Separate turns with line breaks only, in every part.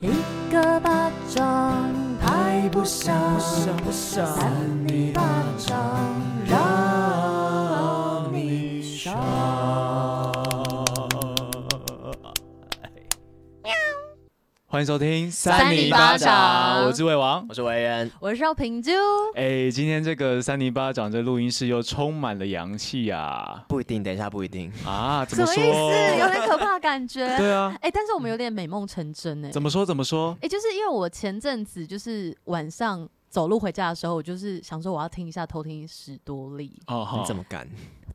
一个巴掌拍不响，
不想
三你巴掌让你伤。
欢迎收听
三
泥
泥巴掌
我是魏王。
我是维恩，
我是要平啾，
哎，今天这个三泥巴掌这录音室又充满了阳气呀！
不一定，等一下不一定，
啊，怎
什
么
么
说？
意思？有点可怕的感觉。
对啊，
哎，但是我们有点美梦成真哎。
怎么说？怎么说？
哎，就是因为我前阵子就是晚上走路回家的时候，我就是想说我要听一下偷听史多利。
哦，
你
好，
怎么敢？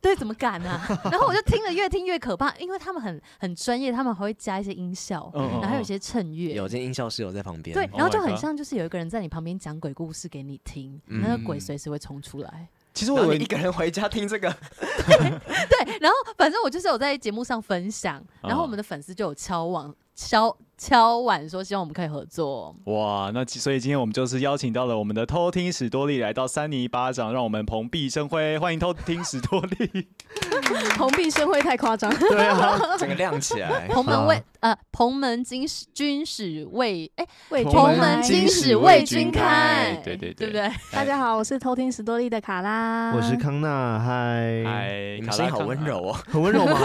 对，怎么敢 啊？然后我就听了越听越可怕，因为他们很很专业，他们还会加一些音效，
嗯？嗯
然后还有一些衬乐。
有间音效室友在旁边，
对，
Oh
然后就
my
很
god
像就是有一个人在你旁边讲鬼故事给你听，
嗯
那个鬼随时会冲出来。
其实
然后
我
你一个人回家听这个，
对，然后反正我就是有在节目上分享，然后
哦
我们的粉丝就有敲碗敲敲碗说希望我们可以合作。
哇，那其所以今天我们就是邀请到了我们的偷听史多利来到三泥巴掌，让我们蓬荜生辉，欢迎偷听史多利。
蓬荜生辉太 夸张，
对啊，
整个亮起 来。
蓬门
啊
卫呃蓬门今史军史卫哎
魏
蓬
君
门
开
今史
为
为君开，
对对
对不
对，
对？
大家好，我是偷听史多利的卡拉，
我是康纳，嗨，
哎
你，们
卡拉
声音好温柔 哦，啊
很温柔吗？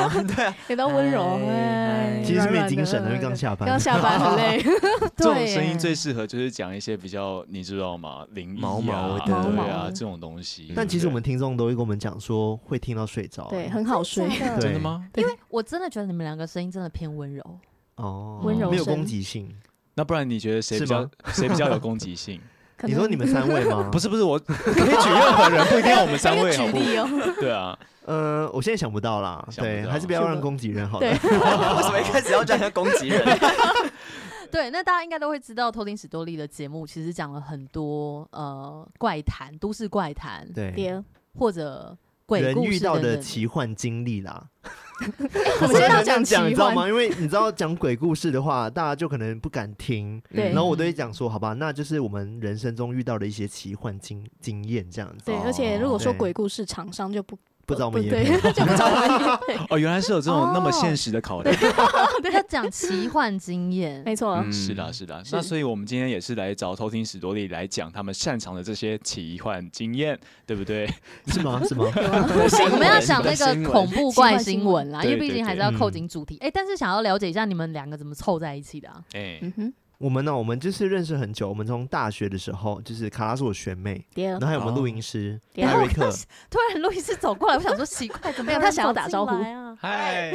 有点温柔，
哎
哎
其实是没
软软的
精神的，因为
软
刚
软
下班。
刚下班很累，
这种
对
声音
耶
最适合就是讲一些比较，你知道吗？灵异、啊、
毛毛的
对
毛
啊
毛
这种东西。
但其实我
对
们听众都会跟我们讲说会听到睡着，
对，很好睡。
真的
对
真的吗？
我真的觉得你们两个声音真的偏温柔。
哦，
温柔
没有
声
攻击性。
那不然你觉得谁
是
比较
吗 啊
谁比较有攻击 性？
可
你
能
说你们三位 吗？
不，是不是，我 可以举任何人，不一定要我们三位，好
举
不
例哦，
好？对啊，
呃，我现在想不到啦，
想不
对，
到
还是不要让攻击人好了
对。
为什么一开始要这样攻击人？
对，那大家应该都会知道，偷听史多利的节目其实讲了很多呃怪谈、都市怪谈
对，
爹，
或者鬼
人
故
遇
事
到
等
的
等。
奇幻经历啦，
我
我
们今天要
这
讲
样讲，你
奇
知道
幻，
吗？因为你知道讲鬼故事的话，大家就可能不敢听。
对
然后我都会讲说，好吧，那就是我们人生中遇到的一些奇幻经经验这样子。
对，而且如果说鬼故事，厂商就不
哦不知道我们也
对， 就不找我们 也配，
哦，原来是有这种那么现实的考量。
要讲奇幻经验，
没错，
嗯
嗯是啦，是啦，那
是
所以我们今天也是来找偷听史多利来讲他们擅长的这些奇幻经验，对不对？
是吗？是吗？
我们要讲那
新闻
个恐怖怪新闻啦，因
对
为毕竟还是
对
要
对
扣紧主题。哎，但是想要了解一下你们两个怎么凑在一起的啊？
哎，
嗯哼，
我们呢、我们就是认识很久，我们从大学的时候，就是卡拉是我学妹，
爹
然后，还有我们
哦
录音师
然
艾
后
瑞 克，
突然路易斯走过来，我想说奇怪，怎么
没有他想要打招呼
啊？
嗨，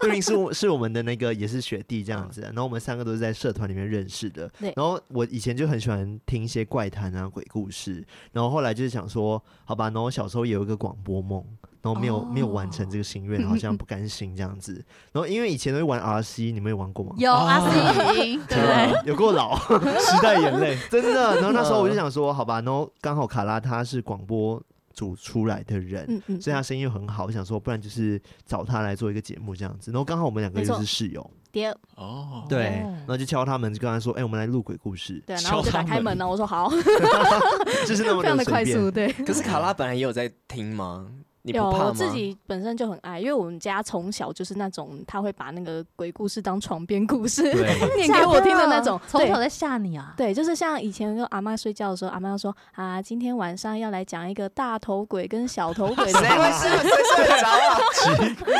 录音师我是我们的那个也是学弟这样子，然后我们三个都是在社团里面认识的
对。
然后我以前就很喜欢听一些怪谈啊、鬼故事，然后后来就是想说，好吧，然后我小时候也有一个广播梦，然后没有、没有完成这个心愿，然后这样不甘心这样子。然后因为以前都会玩 RC，你们有玩过吗？
有阿斯影，对不对？
有够 老，
时代眼泪，
真的。然后那时候
嗯
我就想说，好吧，然后刚好卡拉他是广播组出来的人，
嗯嗯，
所以他声音又很好，我想说，不然就是找他来做一个节目这样子。然后刚好我们两个
没
又
错
是室友，
爹，
哦，
对，
哦
然后就敲他们，就跟他说，哎、我们来录鬼 故事，
对，然后我就打开门了，我说好，
就是那么
非常的
随
快
便
速，对，
可是卡拉本来也有在听吗？你不
有
怕吗？
我自己本身就很爱，因为我们家从小就是那种他会把那个鬼故事当床边故事
对，
念给我听的那种，
从
对
小在吓你啊？
对，就是像以前就阿妈睡觉的时候，阿妈说啊，今天晚上要来讲一个大头鬼跟小头鬼的
谁
啊
会
故事。
睡谁睡得着啊？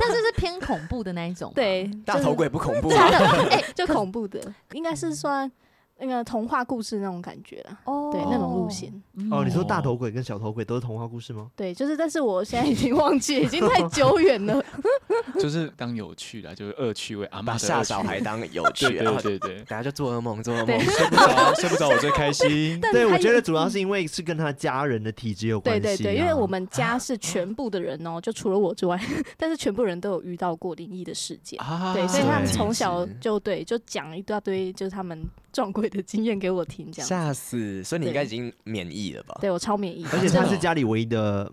但是是偏恐怖的那一 种。，
对，
大头鬼不恐怖
就是，
啊
真，的，哎，就恐怖的，应该是算那个童话故事那种感觉啦，
哦
对，那种路线。
嗯
哦，你说大头鬼跟小头鬼都是童话故事吗？
对，就是，但是我现在已经忘记，已经太久远了。
就是当有趣啦，就是恶趣味，阿妈
把吓小孩当有
对
趣，
对
然
啊
后
对对，
等下就做噩梦，做噩梦
对。
睡不着，睡不着我最 开心。
但
对，
他
我
也
觉得主要是因为是跟他家人的体质有关
对
系、啊
对对，因为我。们家是全部的人哦，就除了我之外， 但是全部人都有遇到过灵异的事件。
啊
对，所以他们从小
对
就对就讲一大堆，就是他们撞鬼的经验给我听，这样。
吓死！所以你应该已经免疫了吧？
对我超免疫，
而且他是家里唯一的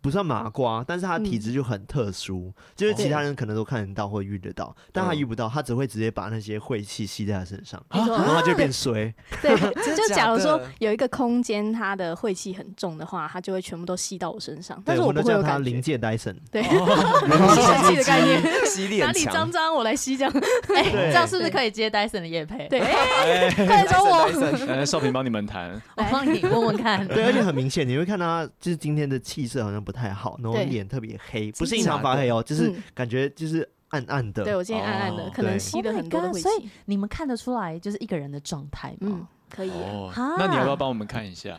不算麻瓜，但是他体
嗯
质就很特殊，就是其他人可能都看得到或遇得到，但
嗯
他遇不到，他只会直接把那些晦气吸在他身上，
没错
然后他就变衰。
对，
真的
就假如说
假的
有一个空间，它的晦气很重的话，它就会全部都吸到我身上，但
对，
是
我们
不
都
会有
叫他
感
临
觉。
界 Dyson。
对，
吸
尘器的概念，
吸力
哪
很
里
强
脏。脏 我来吸这样。
哎，
对
这样是不是可以接 Dyson 的夜配？
对，哎
哎，
快来找我。
呃，少平帮你们
啊
谈，
我帮你问问看。
对，而且很明显，你会看他就是今天的气色好像不太好，然后
对
脸特别黑，不
真
是印
假
堂发黑哦，就是
嗯
感觉就是暗暗的。
对我今天暗暗的
哦，
可能
对
吸了很多的
Oh
晦气
my god，所。以你们看得出来就是一个人的状态吗？
嗯，可以耶。
哦
哈，
那你要不要帮我们看一下？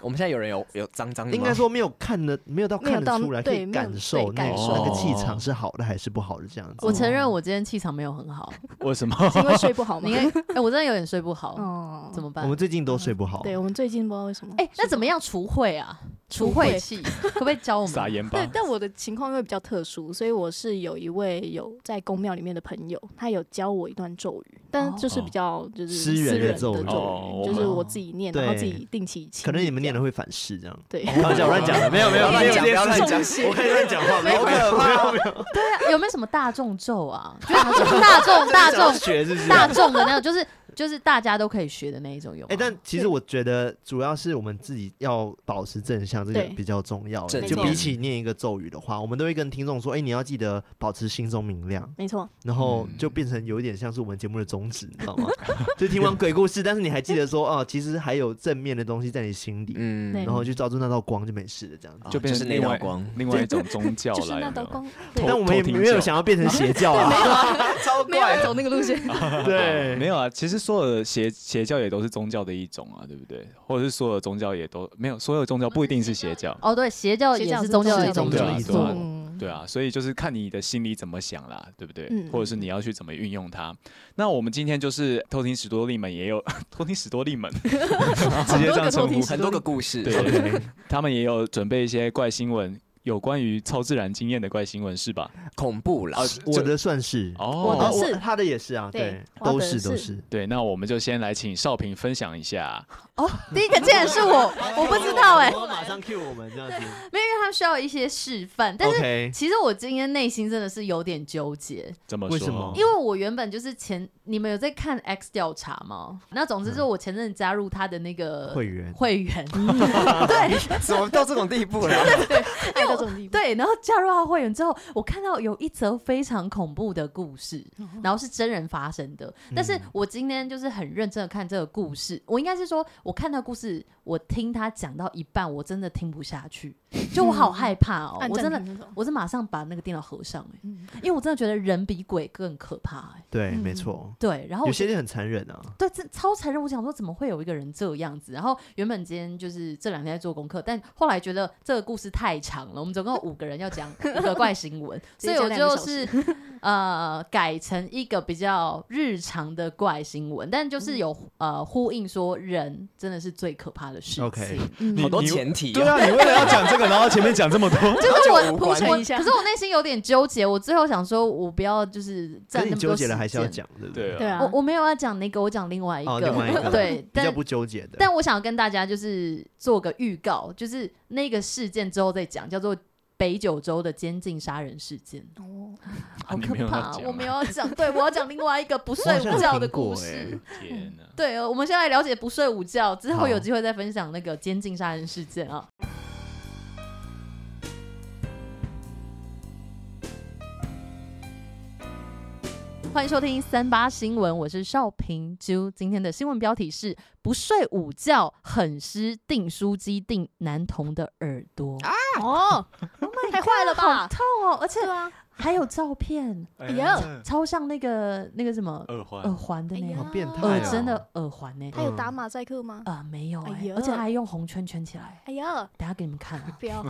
我们现在有人有有脏脏的吗？
应该说没有看得没有到
嗯没有
看
到
得出来，可
对没
以
有
感受
对
那
感哦
受
那个气场是好的还是不好的这样子。
我承认我今天气场没有很好，
为什么？
是因为睡不好吗
你？看，哎，我真的有点睡不好，
哦
怎
么？
么
我
办
们？最近都睡不好，
对我们最近不知道为什么。
哎，那怎么样除秽啊？除秽气， 可不可以教我
撒
们？
盐
对
吧，，
但我的情况因为比较特殊，所以我是有一位有在宫庙里面的朋友，他有教我一段咒语，但就是比较就是
私人的
人的
咒
咒
语
哦
语，就是我自己念，
对
然后自己定期清理这样。
可能你哦们念的会反噬这样。
对，
开玩笑，乱 讲的，没有没有
不要乱讲
没有
不要乱讲
这件事情我可以乱讲话，没有
好
没有
可怕哦！
对啊，有没有什么大众咒啊？就是大 众大众
学是不是？
大众的那种，就是就是大家都可以学的那一种，有吗？
哎、但其实我觉得主要是我们自己要保持正向，这个
对
比较重要。
正
就
向
比起念一个咒语的话，我们都会跟听众说：“哎、你要记得保持心中明亮。
没错，”
然后就变成有一点像是我们节目的宗旨，你知道吗？就听完鬼故事，但是你还记得说：“哦，其实还有正面的东西在你心里。
嗯
对
然后就抓住那道光就没事了，这样子。
就变
是
成
那
另
道
外
光，
另外一种宗教
就是
来
那道
了。
光，对
但我们也
偷听
没有
教
想要变成邪教啊，
超
没有人走那个路线。
对，
没有啊，其实所有的邪邪教也都是宗教的一种啊，对不对？或者是所有宗教也都没有，所有宗教不一定是邪教，
嗯
哦，对，邪教
邪
也
教
是
是
宗
宗
教的
教
一种
的一种
没错
对啊
嗯，
对啊，所以就是看你的心里怎么想啦，对不对？
嗯
或者是你要去怎么运用它。那我们今天就是偷听史多利们也有 偷听史多利们， 直接这样
很多个偷
称
听
呼
史，
很多个故事，
对对 对，他们也有准备一些怪新闻，有关于超自然经验的怪新闻是吧？
恐怖啦，
啊我的算是，
我的
啊
哦，
是
他的也是啊，
对
对，
我的
都是都
是
是。
对，那我们就先来请少平分享一下。
哦， 第一个竟然是我，我不知道哎、
哦 我马上 Q 我们这样子。
没有，因为他需要一些示范，但是。
OK，
其实我今天内心真的是有点纠结，
怎么说？
为什么
因为我原本就是前你们有在看 X 调查吗？那总之就是我前阵子加入他的那个
嗯会员
会 员，
怎么到这种地步了？
爱到这种地步。
对，然后加入他会员之后，我看到有一则非常恐怖的故事，
嗯
然后是真人发生的。但是我今天就是很认真的看这个故事，我应该是说，我看到故事，我听他讲到一半，我真的听不下去，就我好害怕哦，
按
我真
暂
的。
停那种。
我是马上把那个电脑合上、欸，
嗯
因为我真的觉得人比鬼更可怕、欸，
对，
嗯
没错，
对，然后我
有
就
些人很残忍啊。
对，这超残忍！我想说，怎么会有一个人这样子？然后原本今天就是这两天在做功课，但后来觉得这个故事太长了，我们总共有五个人要讲五个怪新闻，所以我就
直
是呃改成一个比较日常的怪新闻，但就是有呃呼应说人真的是最可怕的事情。
OK
你
嗯
好多前提
对
哦，
啊， 你为了要讲这个，然后前面讲这么多，
就是
那就无
我我
关
我
一下
可是我内心有点纠结，我最后想说，我不要就是
可
占那
是你
么多
纠结了还是要
时间。
讲，对不
对啊
对啊，
我我没有要讲那个，我讲另外一
哦
个，
另外一个
对，
比
但
较不纠结的。
但我想要跟大家就是做个预告，就是那个事件之后再讲，叫做北九州的监禁杀人事件，
哦
好
你
可
没有要
怕、
讲
我
啊
没有要讲，对我要讲另外一个不睡
我好像
午觉的
听过
故
欸
事。
天 哪！
对，呃我们先来了解不睡午觉，之后
好
有机会再分享那个监禁杀人事件啊。欢迎收听三八新闻，我是邵平啾。今天的新闻标题是：不睡午觉狠施订书机定男童的耳朵，
哦，太坏了
啊好
吧？
痛哦！而且
对啊，
还有照片，
哎
呀，
超像那个那个什么
耳环
耳环的
哎
那
呀
好
个
变态
耳
哦
针的耳环呢、
他有打马赛克吗？
啊，没有、欸，
哎呀
而且还用红圈圈起来。
哎呀，
等下给你们看啊
，不要，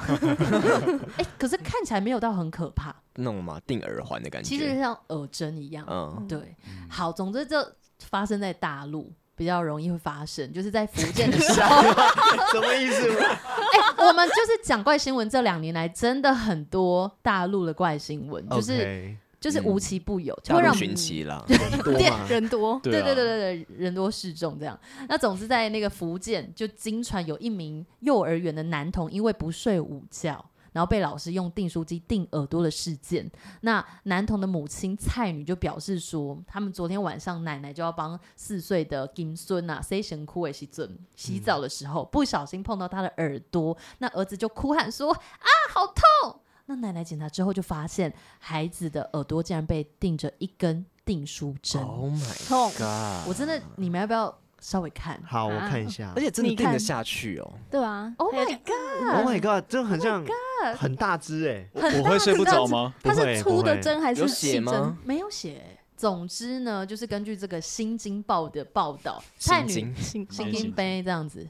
哎、可是看起来没有到很可怕，
那种嘛定耳环的感觉，
其实像耳针一样。
嗯，
对，好，总之这发生在大陆比较容易会发生，就是在福建的时候，
什么意思？
我们就是讲怪新闻，这两年来真的很多大陆的怪新闻， 就是
OK，
就是无奇不有，就
加
会让
入
我们
寻奇啦，
多嘛？
人多，
对
对
啊
对对对对，人多势众这样。那总之在那个福建，就经传有一名幼儿园的男童因为不睡午觉，然后被老师用订书机订耳朵的事件。那男童的母亲蔡女就表示说，他们昨天晚上奶奶就要帮四岁的金孙啊 C 神哭诶洗尊洗澡的时候，不小心碰到他的耳朵，那儿子就哭喊说啊好痛。那奶奶检查之后就发现孩子的耳朵竟然被钉着一根订书针，
哦
，Oh my
痛！
god！
我真的，你们要不要稍微看？
好，我
啊
看一下
而。且真的
你
定
看
得下去哦，
对啊
Oh
还有
my Oh god！
Oh my god，这很像很大只哎、
我会睡不着吗？
它
不会
是粗
不
的
会
针还
有
是
血
细
吗
针？
没有写。总之呢，就是根据这个《新京报》的报道，蔡
心经
女
心
新
没
金
信
杯这样子。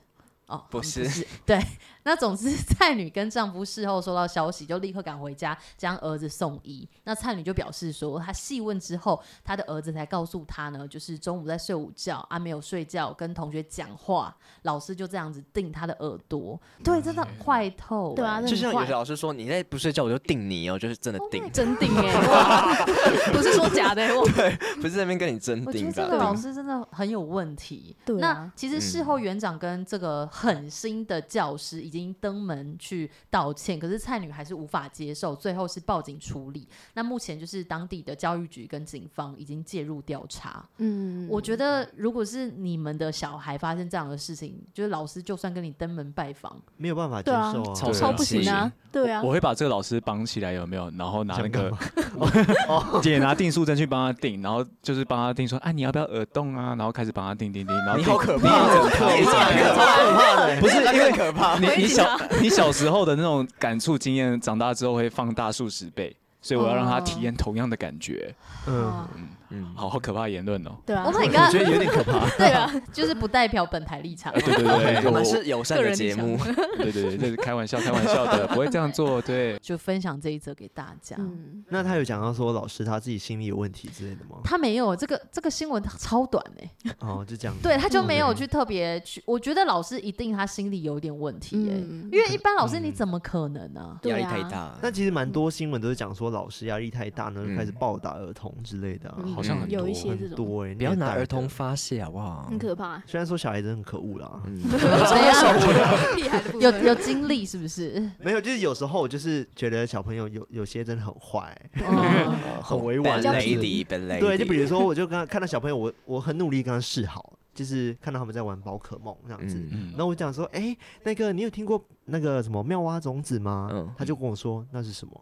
哦，
不
嗯
是
对。那总之， 蔡女跟丈夫事后收到消息，就立刻赶回家，将儿子送医。那蔡女就表示说，她细问之后，她的儿子才告诉她呢，就是中午在睡午觉啊，没有睡觉，跟同学讲话，老师就这样子定她的耳朵。对，真的坏透、
对啊
欸
那
就像有
很
些
坏
老师说，你再不睡觉我就定你哦，就是真的
Oh my
定
god，
真定哎，哇不是说假的欸，我
不是在那边跟你
嗯
真
我觉
定
得
吧
这个老
定？
师真的很有问题。
对
那
啊
其
嗯
实事后园长跟这个狠心的教师已经登门去道歉，可是蔡女还是无法接受，最后是报警处理。那目前就是当地的教育局跟警方已经介入调查。
嗯
我觉得如果是你们的小孩发生这样的事情，就是老师就算跟你登门拜访，
没有办法接
对啊
受
超
对
超不行啊，对啊
我，会把这个老师绑起来，有没有？然后拿那
想干
个
嘛哦
姐拿订书针去帮他订，然后就是帮他订说，啊，你要不要耳洞啊？然后开始帮他订订订，然后
你
订
好可怕哦，你好可怕，
可怕的、
不是因为
更可怕。哦
你你小你小时候的那种感触经验，长大之后会放大数十倍，所以我要让他体验同样的感觉。
嗯，
啊
嗯，
好好可怕的言论哦！
对啊
Oh my
我
god！
觉得有点可怕。
对啊，就是不代表本台立场
哎，。对对对，对
我
我
们是友善
个
的
人立
节目，
对对对，这是开玩笑，开玩笑的，不会这样做。对，
就分享这一则给大家。
嗯，
那他有讲到说老师他自己心里有问题之类的吗？
他没有这个这个新闻超短哎、
哦，就这样。
对，他就没有
嗯
去特别去。我觉得老师一定他心里有一点问题耶、
嗯
因为一般老师你怎么可能呢、
对
压
啊
力太大。
那其实蛮多新闻都是讲说老师压力太大呢，就
嗯
开始暴打儿童之类的啊、
嗯
好像很
有一
多
些这
很
种
多哎、
不要拿儿童
年代的。
发泄好不好
很？可怕欸，
虽然说小孩子很可恶啦，
嗯，
屁孩的部
啊有
分
有经历是不 是？
没有，就是有时候我就是觉得小朋友有有些真的很坏，
嗯
很委婉
Bad
的就是
lady，bad lady。
对，就比如说，我就刚看到小朋友，我我很努力跟他示好，就是看到他们在玩宝可梦这样子。
嗯，
嗯
然，后我讲说，哎、那个你有听过那个什么妙蛙种子吗？
嗯
他就跟我说那是什么，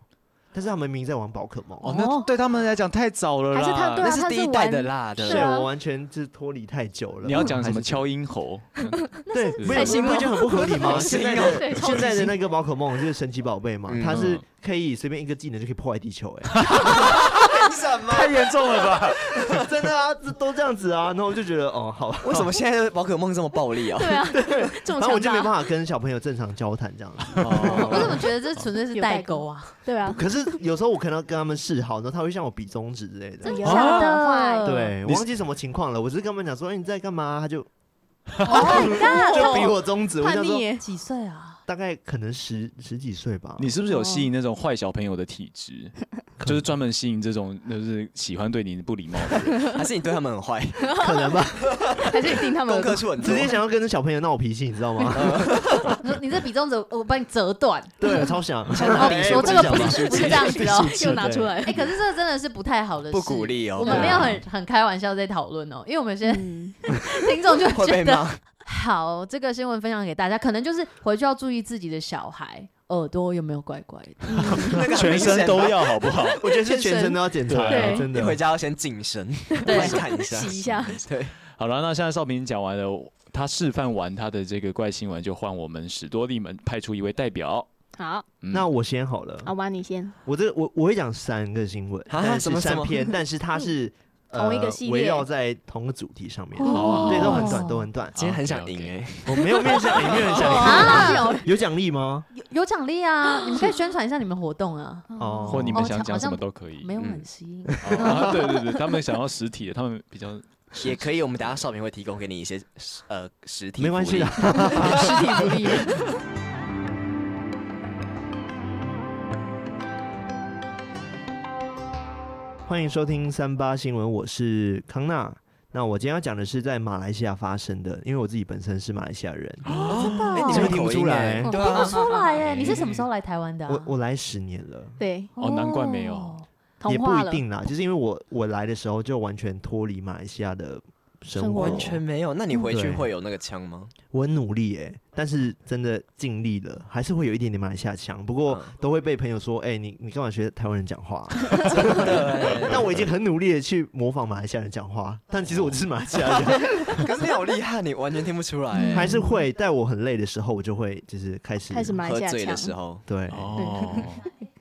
但是他们明明在玩宝可梦，
哦，那对他们来讲太早了
还是他对啊，
啦。
那
他
是第一代
玩
的辣的
对，
是啊
我完全就是脱离太久了。
你要讲什么
还是
敲音猴？
对，不
才
是
行
不
哦
就很不合理吗？
才行
现
哦
在的
对超
现在的那个宝可梦就是神奇宝贝嘛
嗯，
它是
嗯
可以随便一个技能就可以破坏地 球，哎，
什么？
太严重了吧？
真的啊，这都这样子啊。然后我就觉得哦，好吧，
为什么现在的宝可梦这么暴力啊？
对啊，这种
然后我就没
强
办
大，
法跟小朋友正常交谈这样子。
我怎么觉得这纯粹是
有
代
代沟
沟啊？
对啊，
可是有时候我可能跟他们示好，然后他会向我比中指之类的
真。的
真的假
坏
的？
对，
你
我
是
忘记什么情况了。我只是跟他们讲说，哎，你在干嘛？他就
，Oh my
就
god！
比我中指，我
叛
想
逆
说
耶，
几岁啊？
大概可能十十几岁吧。
你是不是有吸引那种坏小朋友的体质？就是专门吸引这种，就是喜欢对你不礼貌的人。
还是你对他们很坏？
可能吧，
还是定他们
功
耳
课
朵，
数很多
直。接想要跟小朋友闹脾气，你知道吗？
你说你这比中指，我把你折 断。
对，超想。
哦
比手
我这个
指
不
吧
是不是这样子哦。
又拿出来
哎，，可是这真的是不太好的事，
不鼓励哦
我们没
对
有
啊
很很开玩笑在讨论哦，因为我们现在
嗯，
听众就
啊会
觉
被
得
骂，
好，这个新闻分享给大家，可能就是回去要注意自己的小孩耳朵有没有怪怪的。
嗯
那个
全身都。要，好不好？
我觉得是全身都要检查，啊
对
真
你
的。
回家要先净身，
对
看一下，
洗一下，
对，
好了，那现在少平讲完了，他示范完他的这个怪新闻，就换我们史多利们派出一位代表。
好，
嗯
那我先好了，
好吧，你先，
我这我我会讲三个新闻，
啊
但
什
是
么什
三
么
篇，但是它是呃
同一个系列
围绕在同个主题上面，
好啊
对，都很
哦
短，都很短。
今天很想
OK，OK
赢哎，
我没有面向你，没有人想
啊
赢。
啊，
有奖励吗？
有有奖励 啊！你们可以宣传一下你们活动啊，
哦
或你们
哦
想
好
讲什
像
么都可以。
没有很
嗯
吸引。
啊，对对对，他们想要实体的，他们比较
也可以，我们等下少平会提供给你一些呃实体，
没关系的，，
尸体福利，
欢迎收听三八新闻，我是康纳。那我今天要讲的是在马来西亚发生的，因为我自己本身是马来西亚人，
真的
哎
哦，
你
是
这个
不是听
口
不出
音
来
哎
我
对
听
啊
哦不出来耶！你是什么时候来台湾的啊？
我我来十年了。
对，
哦难怪没有
同
也不
化
一
了，
定啦，就是因为我我来的时候就完全脱离马来西亚的生
生
活，
活
完全没有。那你回去
对
会有那个腔吗？
我很努力哎、但是真的尽力了，还是会有一点点马来西亚腔，不过
嗯
都会被朋友说，哎、你你干嘛学台湾人讲 话？啊
对，
但我已经很努力的去模仿马来西亚人讲话，但其实我就是马来西 亚人，
嗯 可是你好厉害，你完全听不出来
嗯
哎。
还是会。在我很累的时候，我就会就是开始
开始马来
喝
西亚
醉的时
腔，
候，
对，
哦，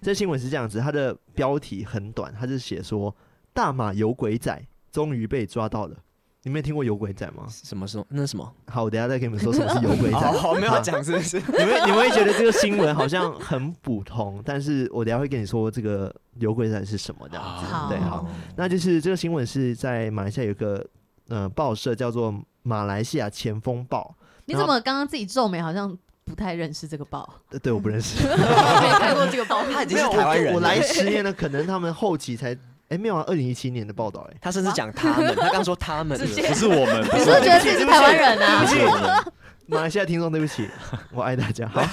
这新闻是这样子，它的标题很短，它是写说大马有鬼仔终于被抓到了。你们有听过有鬼仔吗？
什么时候？那是什么？
好，我等一下再跟你们说什么是有 鬼仔。
哦，没有讲是不 是？
你们你们会觉得这个新闻好像很普通，但是我等一下会跟你说这个有鬼仔是什么这样子。
好
啊对，好，那就是这个新闻是在马来西亚有一个呃报社叫做马来西亚前锋报，
你怎么刚刚自己皱眉，好像不太认识这个 报？
呃对我不 认识，
我没看过这个报
他已经
没
是
有
台湾人
我
了，
我来十年了，可能他们后期才哎没有啊，二零一七年的报道哎、
他甚至讲他 们，他刚说他们，
直接
不是我们，不是我
你是不是
们
觉得自己是台湾人啊？
不是我们，
马来西亚听众，对不起，我爱大家。好，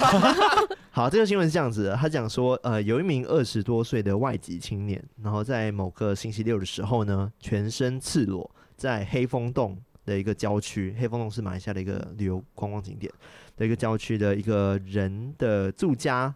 好这个新闻是这样子的，他讲说，呃，有一名二十多岁的外籍青年，然后在某个星期六的时候呢，全身赤裸在黑风洞的一个郊区，黑风洞是马来西亚的一个旅游观光景点的一个郊区的一个人的住家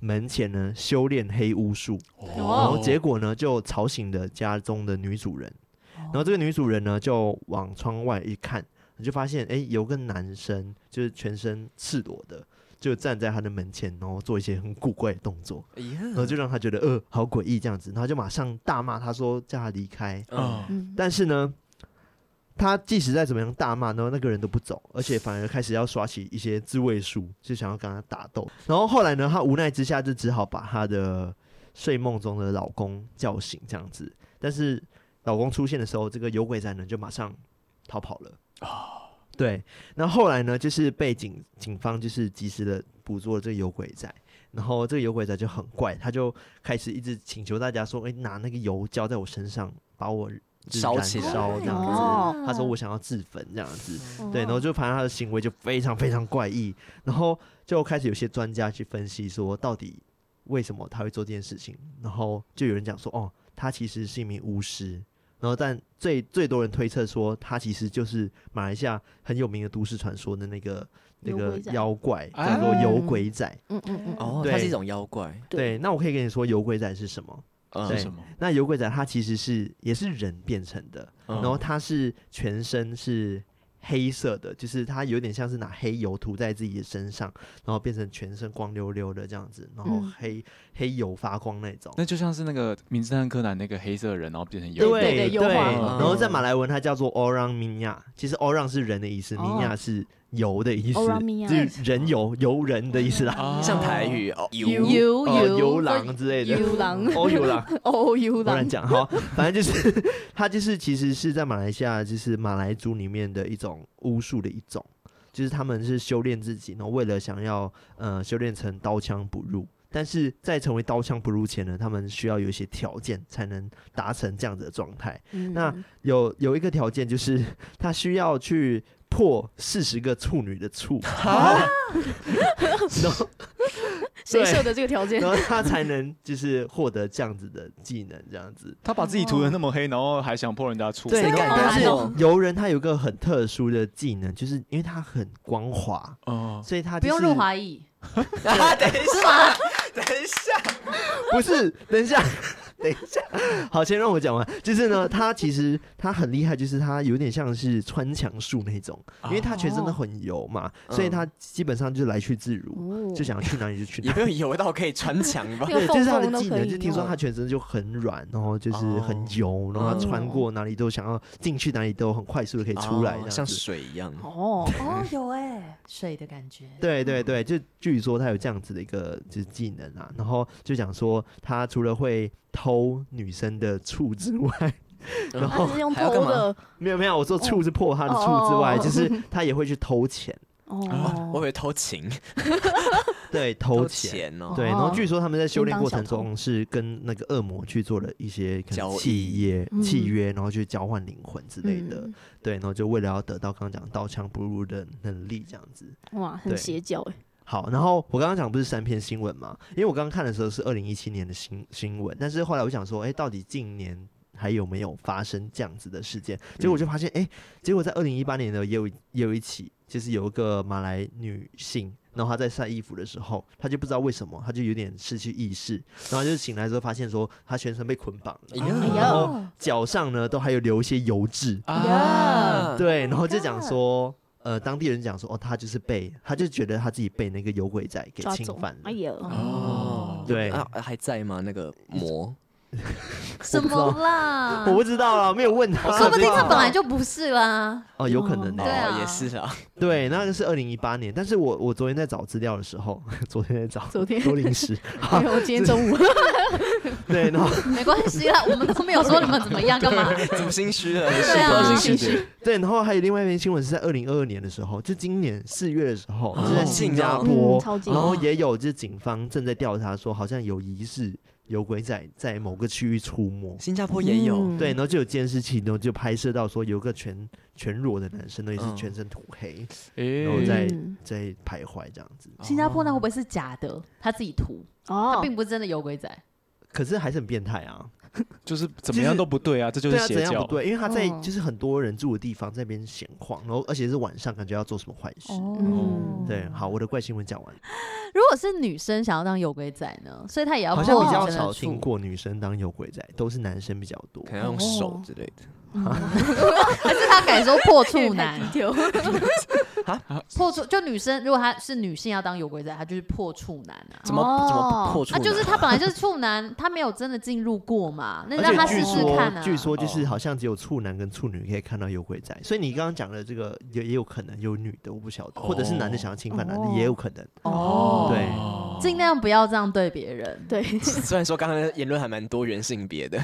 门前呢，修炼黑巫术，然
哦
后结果呢，就吵醒了家中的女主人。然后这个女主人呢，就往窗外一看，你就发现，哎，有个男生就是全身赤裸的，就站在她的门前，然后做一些很古怪的动作，
哎呀
然后就让她觉得，呃，好诡异这样子，然后就马上大骂她说叫她离开。
嗯
嗯
嗯，
但是呢，她即使再怎么样大骂，然后那个人都不走，而且反而开始要耍起一些自卫术，就想要跟她打斗。然后后来呢，她无奈之下就只好把她的睡梦中的老公叫醒，这样子。但是老公出现的时候，这个有鬼仔呢就马上逃跑了。
哦
对，那后来呢，就是被警警方就是及时的捕捉了这个有鬼仔，然后这个有鬼仔就很怪，他就开始一直请求大家说，哎、拿那个油浇在我身上，把我就是
烧
燃
起来
烧这样子。
哦
他说我想要自焚这样子，
嗯
哦
对，然后就反正他的行为就非常非常怪异，然后就开始有些专家去分析说到底为什么他会做这件事情，然后就有人讲说哦，他其实是一名巫师，然后但最最多人推测说他其实就是马来西亚很有名的都市传说的那个那
有
个
鬼仔
妖怪，
啊
叫做有鬼仔。
嗯嗯嗯，
哦，
对
他是一种妖怪，
对，那我可以跟你说有鬼仔是什么？
嗯
对
是什么？
那有鬼仔他其实是也是人变成的，
嗯
然后他是全身是黑色的，就是他有点像是拿黑油涂在自己的身上，然后变成全身光溜溜的这样子，然后
嗯
黑、黑油发光那种。
那就像是那个《名侦探柯南》那个黑色人，然后变成
对
有嗯
对
对
油画
然后在马来文它叫做 orang minya，其实 orang 是人的意思
哦
，minya 是油的意思
Orang minya
就是人油油人的意思啦，
啊
像台语哦，油
游
哦
游
油狼之类的，
游狼
哦油狼，
哦，有
不然
狼，
讲哈，反正就是它就是其实是在马来西亚就是马来族里面的一种巫术的一种，就是他们是修炼自己，然后为了想要呃修炼成刀枪不入。但是在成为刀枪不入前呢，他们需要有一些条件才能达成这样子的状态。
嗯
那有有一个条件就是他需要去破四十个处女的处，
啊
然后
谁
对
设的这个条件
然？后他才能就是获得这样子的技能，这样子。
他把自己涂的那么黑，然后还想破人家处，
对，
谁敢
但
敢
是
动
游人他有一个很特殊的技能，就是因为他很光滑，
哦，
所以他、
不
就是、
用入华裔，
啊，等一下， 等一下，
不是，等一下，等一下，好，先让我讲完。就是呢，他其实他很厉害，就是他有点像是穿墙术那种，因为他全身都很油嘛，所以他基本上就是来去自如，
哦
就想去哪里就去哪
也
里。
没有油到可以穿墙吧？
那个
对，就是他
缝缝
的
都
技
可
能，
以
就听说
用
他全身就很软，然后就是很
哦
油，然后他穿
哦
过哪里都想要进去哪里都很快速的可以出来，这样
哦像
子
水一样。
哦，
哦，有哎，水的感觉，
对
嗯
对对，就据说他有这样子的一个就是技能啊，然后就讲说他除了会偷女生的处之外， 然
他
后
啊只是用
还要
偷
干嘛
的，
没有没有，我说处是破他的处之
哦哦
外，
哦哦
就是他也会去偷钱，啊
哦，
我以为偷情，
对，
偷
偷钱。
钱哦。
对，然后据说他们在修炼
先当
过
小
程
偷
中是跟那个恶魔去做了一些可
交
能
易
契约、
嗯
契约，然后去交换灵魂之类的。
嗯
对，然后就为了要得到刚刚讲刀枪不入的能力，这样子。
嗯哇，很
对
邪教哎，
好，然后我刚刚讲不是三篇新闻嘛？因为我刚刚看的时候是二零一七年的新新闻，但是后来我想说，哎，到底近年还有没有发生这样子的事件？结果
嗯
我就发现，哎、结果在二零一八年的也有也有一起，就是有一个马来女性，然后她在晒衣服的时候，她就不知道为什么，她就有点失去意识，然后就醒来之后发现说，她全身被捆绑了，
哎呀
哎
然
呀
后脚上呢都还有留一些油渍，
啊
啊
呀
对，然后
my
就
，Oh
讲
God
说，呃，当地人讲说，哦，他就是被，他就觉得他自己被那个有鬼仔给
抓
侵
走
犯，了
哎，呀，
哦，
对
啊，还在吗？那个魔，
什么啦？
我不知道啊，没有问他，
说不定
这
他
个
本来就不是啦。
哦，有可能呢、
对啊
哦也是啊，
对，那个是二零一八年，但是我我昨天在找资料的时候， 昨天在找
昨 天
多零食，
没有，我今天中午
对，然后
没关系啦，我们都没有说你们怎么样，干嘛？
主心虚了，
对啊
主
心
虚的，
对，然后还有另外一篇新闻是在二零二二年的时候，就今年四月的时候，
哦
是在新加
嗯
坡，
超级
然后也有就是警方正在调查说，好像有疑似有鬼仔在某个区域出没。
新加坡也有，
嗯
对，然后就有监视器，然后就拍摄到说有个全全裸的男生呢，也是
嗯
全身涂黑、
诶
然后在
嗯
在徘徊这样子，
新加坡
哦
那会不会是假的？他自己涂，他
哦，
并不是真的有鬼仔。
可是还是很变态啊，
就是怎么样都不对啊，这就
对
是
啊，怎
邪
样
教
不。对？因为他在
嗯
哦
就是很多人住的地方在那边闲晃，然后而且是晚上，感觉要做什么坏事。
哦
嗯
对，好，我的怪新闻讲完，
如果是女生想要当有鬼仔呢，所以她也要
好像
破
比较
女生的
少听
处
过女生当有鬼仔，都是男生比较多
可。能要用手之类的。
还是他改说破处
太
男
低？调，
破处就女生，如果她是女性要当有鬼仔，她就是破处男啊。
怎么
哦
怎么破处
那
呢？
啊就是他本来就是处男，他没有真的进入过嘛，那
而
让
且
他
据
试试
说，
看啊。
据说就是
哦
好像只有处男跟处女可以看到有鬼仔，所以你刚刚讲的这个也也有可能有女的，我不晓得，或者是男的想要侵犯男的也有可能。
哦，
对
尽量不要这样对别人。
对，
虽然说刚刚的言论还蛮多元性别的，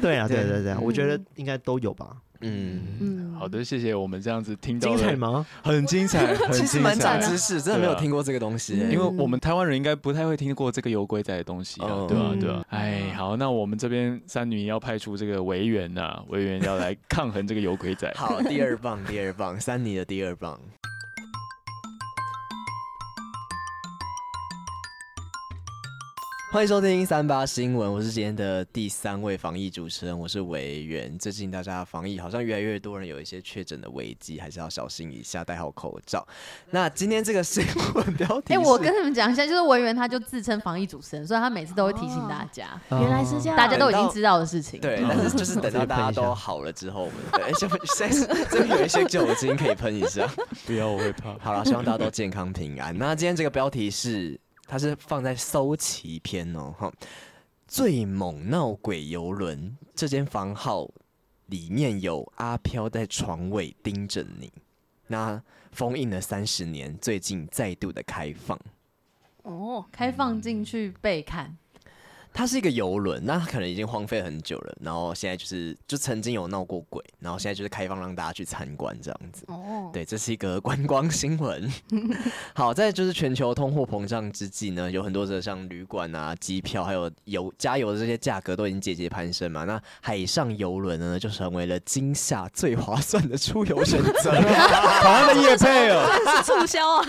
对啊，对
对
对对啊，我觉得应该都有吧。
嗯，
嗯，
好的，谢谢我们这样子听到
精
了
彩吗？
很精彩，很
其实
精
蛮长
彩。
知识，真的没有听过这个东西
对啊
欸。
因为我们台湾人应该不太会听过这个有鬼仔的东西啊
哦，。
对啊，对啊
嗯。
哎，好，那我们这边三女要派出这个维园呐，维园要来抗衡这个有鬼仔
好，第二棒， 第二棒，三尼的第二棒。欢迎收听三八新闻，我是今天的第三位防疫主持人，我是维园。最近大家防疫好像越来越多人有一些确诊的危机，还是要小心一下，戴好口罩。那今天这个新闻标题
哎、
是，
我跟你们讲一下，就是文员他就自称防疫主持人，所以他每次都会提醒大家，
原来是这
哦
样，
大家都已经知道的事情。
对，但是就是等到大家都好了之后，我们对，就哎现 在这边有一些酒精可以喷一下。
不要，我会怕。
好了，希望大家都健康平安。那今天这个标题是，它是放在搜奇篇哦，哈，最猛闹鬼游轮这间房号里面有阿飘在床尾盯着你，那封印了三十年，最近再度的开放。
哦，
开放进去被看，
它是一个游轮，那它可能已经荒废很久了，然后现在就是就曾经有闹过鬼，然后现在就是开放让大家去参观这样子。
哦，
对，这是一个观光新闻。 好，在就是全球通货膨胀之际呢，有很多的像旅馆啊、机票还有油加油的这些价格都已经节节攀升嘛。那海上游轮呢，就成为了今夏最划算的出游选 择。
台湾的夜配哦，
是促销啊，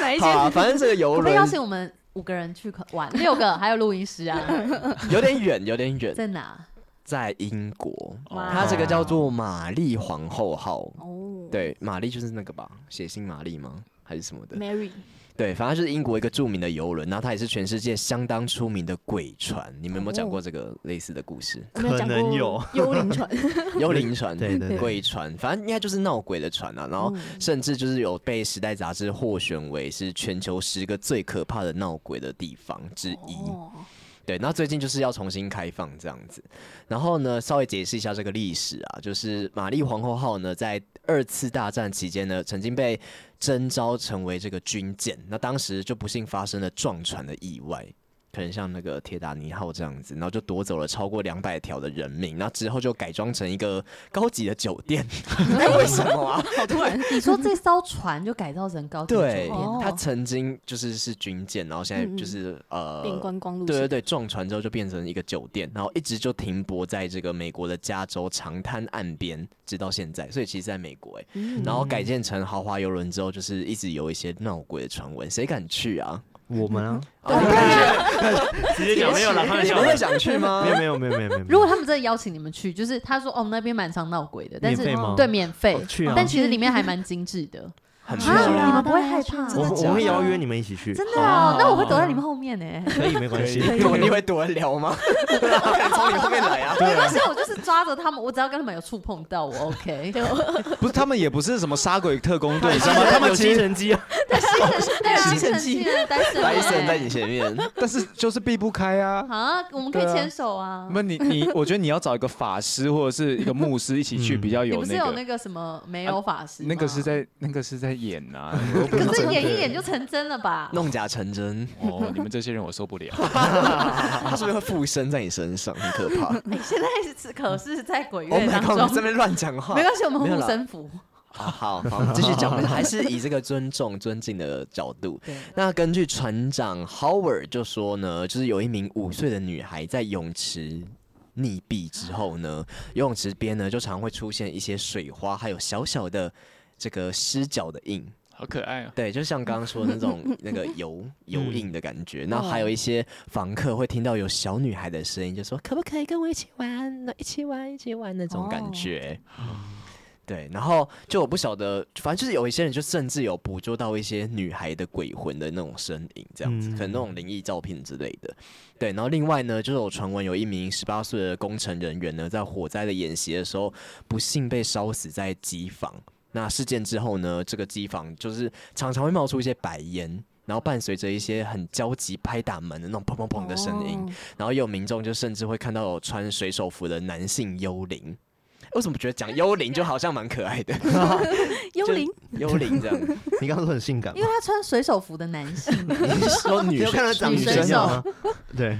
哪一
好
间？
啊，反正这个游
可不可以
轮
邀请我们五个人去可玩？六个，还有录音师啊，
有点远，有点远，
在哪？
在英国，
哇
它这个叫做玛丽皇后号。
哦，
对，玛丽就是那个吧，血腥玛丽吗？还是什么的？
，Mary，
对，反正就是英国一个著名的游轮，然后它也是全世界相当出名的鬼船。你们有没有讲过这个类似的故事？
我没有
可
讲
能
过
有
幽灵船，
幽灵船、
对对对
鬼船，反正应该就是闹鬼的船啊。然后甚至就是有被《时代》杂志获选为是全球十个最可怕的闹鬼的地方之一。
哦，
对，那最近就是要重新开放这样子。然后呢，稍微解释一下这个历史啊，就是玛丽皇后号呢，在二次大战期间呢，曾经被征召成为这个军舰，那当时就不幸发生了撞船的意外。可能像那个铁达尼号这样子，然后就夺走了超过两百条的人命，然后之后就改装成一个高级的酒店，为什么 啊？
好突然，
你说这艘船就改造成高铁
对
酒店
哦，
他曾经就是是军舰，然后现在就是呃，
变观光路
对对
线，
对，撞船之后就变成一个酒店，然后一直就停泊在这个美国的加州长滩岸边，直到现在。所以其实在美国、欸，
嗯
然后改建成豪华游轮之后，就是一直有一些闹鬼的传闻，谁敢去啊？
我们
嗯
啊，
直接讲没有了，开玩
啊你
笑
们会
的。
想去吗
没？有没有没有没有没有，
如果他们真的邀请你们去，就是他说哦那边蛮常闹鬼的，但
免
是
费吗？
对免费
哦，去啊
但其实里面还蛮精致的。
很
啊
漂 亮
你们不会害怕
我
真
我会邀约你们一起去，
真的哦
哦，
那我会躲在你们后面欸呢。
可以没关系，
可以
躲你会躲得了 吗？啊我敢从你后面来啊！
没关系，我就是抓着他们，我只要跟他们有触碰到，我 OK。
不是，他们也不是什么杀鬼特工队， 你知道吗？他们
有
其
吸
实，
尘机啊，
对啊，
吸尘器
器的单身
白神
欸
在你前面，
但是就是避不开啊。
啊，我们可以
对啊
牵手啊。
那你你，我觉得你要找一个法师或者是一个牧师一起去，
嗯
比较
你
有
不是
那
有
个。
那个什么
啊
没有法师吗？
那个是在那个是在演呐、啊，
可是演一演就成真了吧？
弄假成真，
哦，你们这些人我受不了。
他是不是会附身在你身上？很可怕。
哎，现在是可是在鬼
Oh
月
my
当
god！你这
中，
边乱讲话
没，关系，我们
没有
护
啦
身符。
啊，好，好，继续讲，还是以这个尊重、尊敬的角度。
对，
那根据船长 Howard 就说呢，就是有一名五岁的女孩在泳池溺毙之后呢，游泳池边呢就常会出现一些水花，还有小小的这个湿脚的印。
好可爱啊！
对，就像刚刚说的那 种那个油油印的感
哦
觉。那还有一些房客会听到有小女孩的声音，就说可不可以跟我一起玩？那一起玩，一起玩那种感
哦
觉。对，然后就我不晓得，反正就是有一些人就甚至有捕捉到一些女孩的鬼魂的那种身影，这样子，可能那种灵异照片之类的。对，然后另外呢，就是有传闻有一名十八岁的工程人员呢，在火灾的演习的时候，不幸被烧死在机房。那事件之后呢，这个机房就是常常会冒出一些白烟，然后伴随着一些很焦急拍打门的那种砰砰砰的声音，然后也有民众就甚至会看到有穿水手服的男性幽灵。为什么觉得讲幽灵就好像蛮可爱的？
幽灵，
幽灵这样，
你刚刚说很性感
因为
吗，
他穿水手服的男性，
你是说
你
女哦
有看他长
女
生
生
吗？ 对，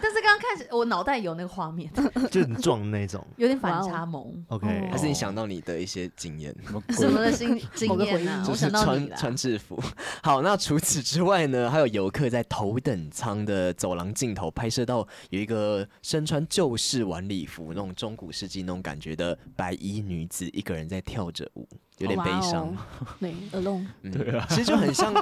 但是刚刚看起我脑袋有那个画面，
就很壮的那种。
有点反差萌。
OK，
还是你想到你的一些经验？
哦啊
什么的经经
某个回
验
忆
啊？
就
我
是
想到你
穿
了。
穿制服。好，那除此之外呢，还有游客在头等舱的走廊尽头拍摄到有一个身穿旧式晚礼服、那种中古世纪那种感觉的白衣女子，一个人在跳着舞，有点悲伤。
哇哦，对，alone，
对啊，其实就很像，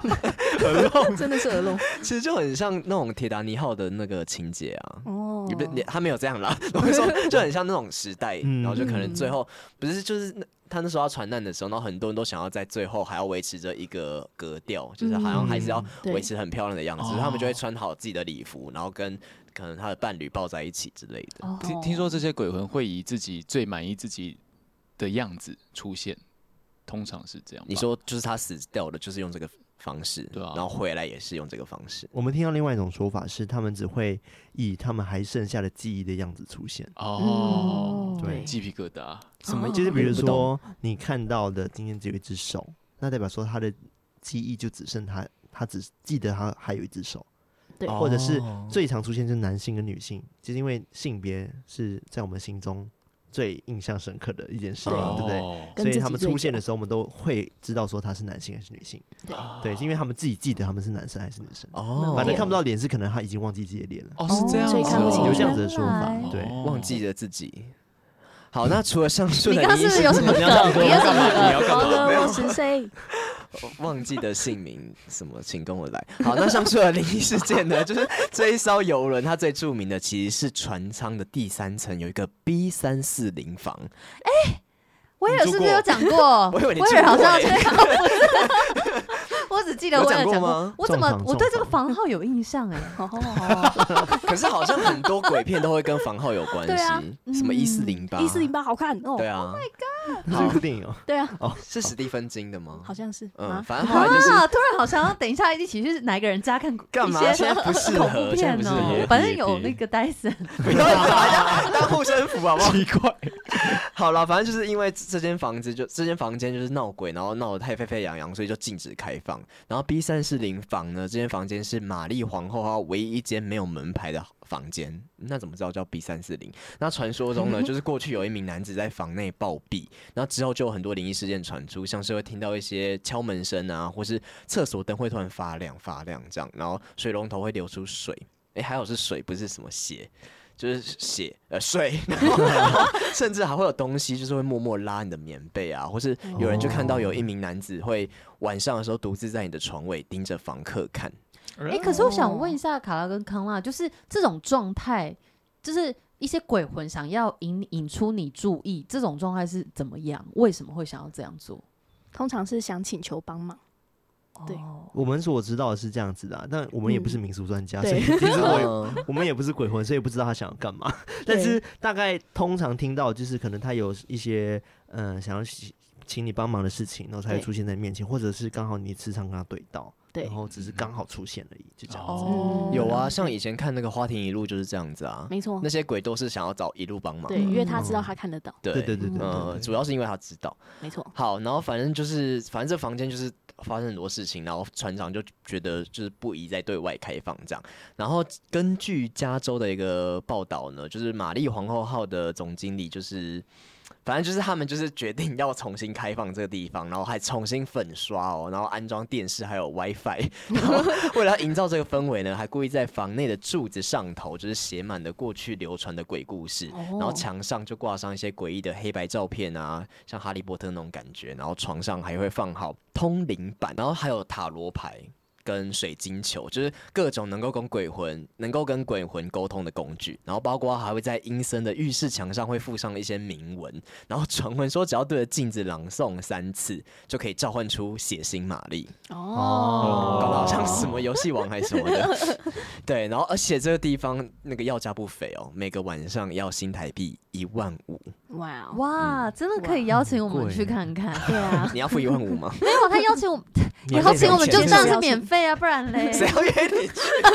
真的是 alone，
其实就很像那种铁达尼号的那个情节啊。
哦
也不，也他没有这样啦。 我是说，就很像那种时代，
嗯
然后就可能最后不是就是那他那时候要船难的时候，然后很多人都想要在最后还要维持着一个格调，就是好像还是
嗯
要
对
维持很漂亮的样子，
哦
他们就会穿好自己的礼服，然后跟可能他的伴侣抱在一起之类的。
哦
听听说这些鬼魂会以自己最满意自己的样子出现，通常是这样吧。
你说就是他死掉了，就是用这个方式，
对啊
然后回来也是用这个方式。
我们听到另外一种说法是，他们只会以他们还剩下的记忆的样子出现。
哦，
嗯对啊
鸡皮疙瘩。
什
哦
么
就是比
我
如
不懂
说，你看到的今天只有一只手，那代表说他的记忆就只剩他，他只记得他还有一只手。
对
或者是
哦
最常出现就是男性跟女性，就是因为性别是在我们心中最印象深刻的一件事嘛，对不对？
哦
跟
所以
自
他
己
们
最
出现
久
的时候，我们都会知道说他是男性还是女性。
对
对，是因为他们自己记得他们是男生还是女生。
哦，
反正看不到脸是可能他已经忘记自己的脸了。
哦，是这样子
所
哦，
以看不清
有这样子的说法
原来，
对。
哦
忘记了自己。好，那除了上述
你
的
刚刚是
医
不是
生
有什么梗？你有什么梗？
，Hello，我是谁？
忘记的姓名什么，请跟我来。好，那上述的灵异事件呢， 就是这一艘游轮，它最著名的其实是船舱的第三层有一个 B 三四零房，
威尔是不是有讲过？
我以为你住
威尔好
过
像
欸
这样，不是 我只记得威尔
有
讲
讲过吗
我怎
中
么
房
我对
中
这个房号有印象哎？
哦，
可是好像很多鬼片都会跟房号有关
对啊
系，什么一四零八，
一四零八好看哦
Oh
对，啊，
这是一部电影哦。
对啊，
是史蒂芬金的吗？
好像是
嗯，
啊，
反正后来 就是
啊！突然好想要等一下一起去哪一个人家看
干嘛
一些
现在不适
恐
合
怖
现在
片
不适合哎
哦
也，
反正
也
有
也
那个戴森，
不要把人家当护身符好不好？
奇怪，
好了，反正就是因为这间房子就这间房间就是闹鬼，然后闹得太沸沸扬扬，所以就禁止开放。然后 B 三四零房呢，这间房间是玛丽皇后她唯一一间没有门牌的房间。那怎么知道叫 B 三四零？那传说中呢，就是过去有一名男子在房内暴毙，然后之后就有很多灵异事件传出，像是会听到一些敲门声啊，或是厕所灯会突然发亮发亮这样，然后水龙头会流出水。哎、还好是水，不是什么血。就是血呃睡，然后甚至还会有东西就是会默默拉你的棉被啊，或是有人就看到有一名男子会晚上的时候独自在你的床尾盯着房客看，
哎、可是我想问一下卡拉跟康纳，就是这种状态，就是一些鬼魂想要引引出你注意，这种状态是怎么样？为什么会想要这样做？
通常是想请求帮忙。对
嗯
哦
我们所知道的是这样子的啊、但我们也不是民俗专家，
嗯
所以
对
其实我 也
嗯
我们也不是鬼魂，所以不知道他想要干嘛。
对
但是大概通常听到就是可能他有一些嗯、呃想要请请你帮忙的事情，然后才会
对
出现在面前，或者是刚好你磁场跟他对到，
对
然，后只是刚好出现而已，就这样子。
哦
有啊，像以前看那个花田一路就是这样子啊，
没错
那，些鬼都是想要找一路帮忙的，
对，因为他知道他看得到，
对对对对对
呃，主要是因为他知道。
没错。
好，然后反正就是，反正这房间就是发生很多事情，然后船长就觉得就是不宜再对外开放这样。然后根据加州的一个报道呢，就是玛丽皇后号的总经理就是。反正就是他们就是决定要重新开放这个地方，然后还重新粉刷哦，然后安装电视还有 WiFi，然后为了要营造这个氛围呢，还故意在房内的柱子上头就是写满了过去流传的鬼故事，然后
哦
墙上就挂上一些诡异的黑白照片啊，像哈利波特那种感觉，然后床上还会放好通灵板，然后还有塔罗牌。跟水晶球，就是各种能够跟鬼魂、能够跟鬼魂沟通的工具，然后包括还会在阴森的浴室墙上会附上一些铭文，然后传闻说只要对着镜子朗诵三次，就可以召唤出血腥玛丽。
哦，
搞得好像什么游戏王还是什么的。 对，然后而且这个地方那个要价不菲哦，每个晚上要新台币一万五。
哇哦，
哇，真的可以邀请我们去看看？
对 啊，
你要付一万五吗？
没有，啊他邀请我们，
你
邀请我们就
这
当
样
然是免费啊，不然 嘞，
谁要约你？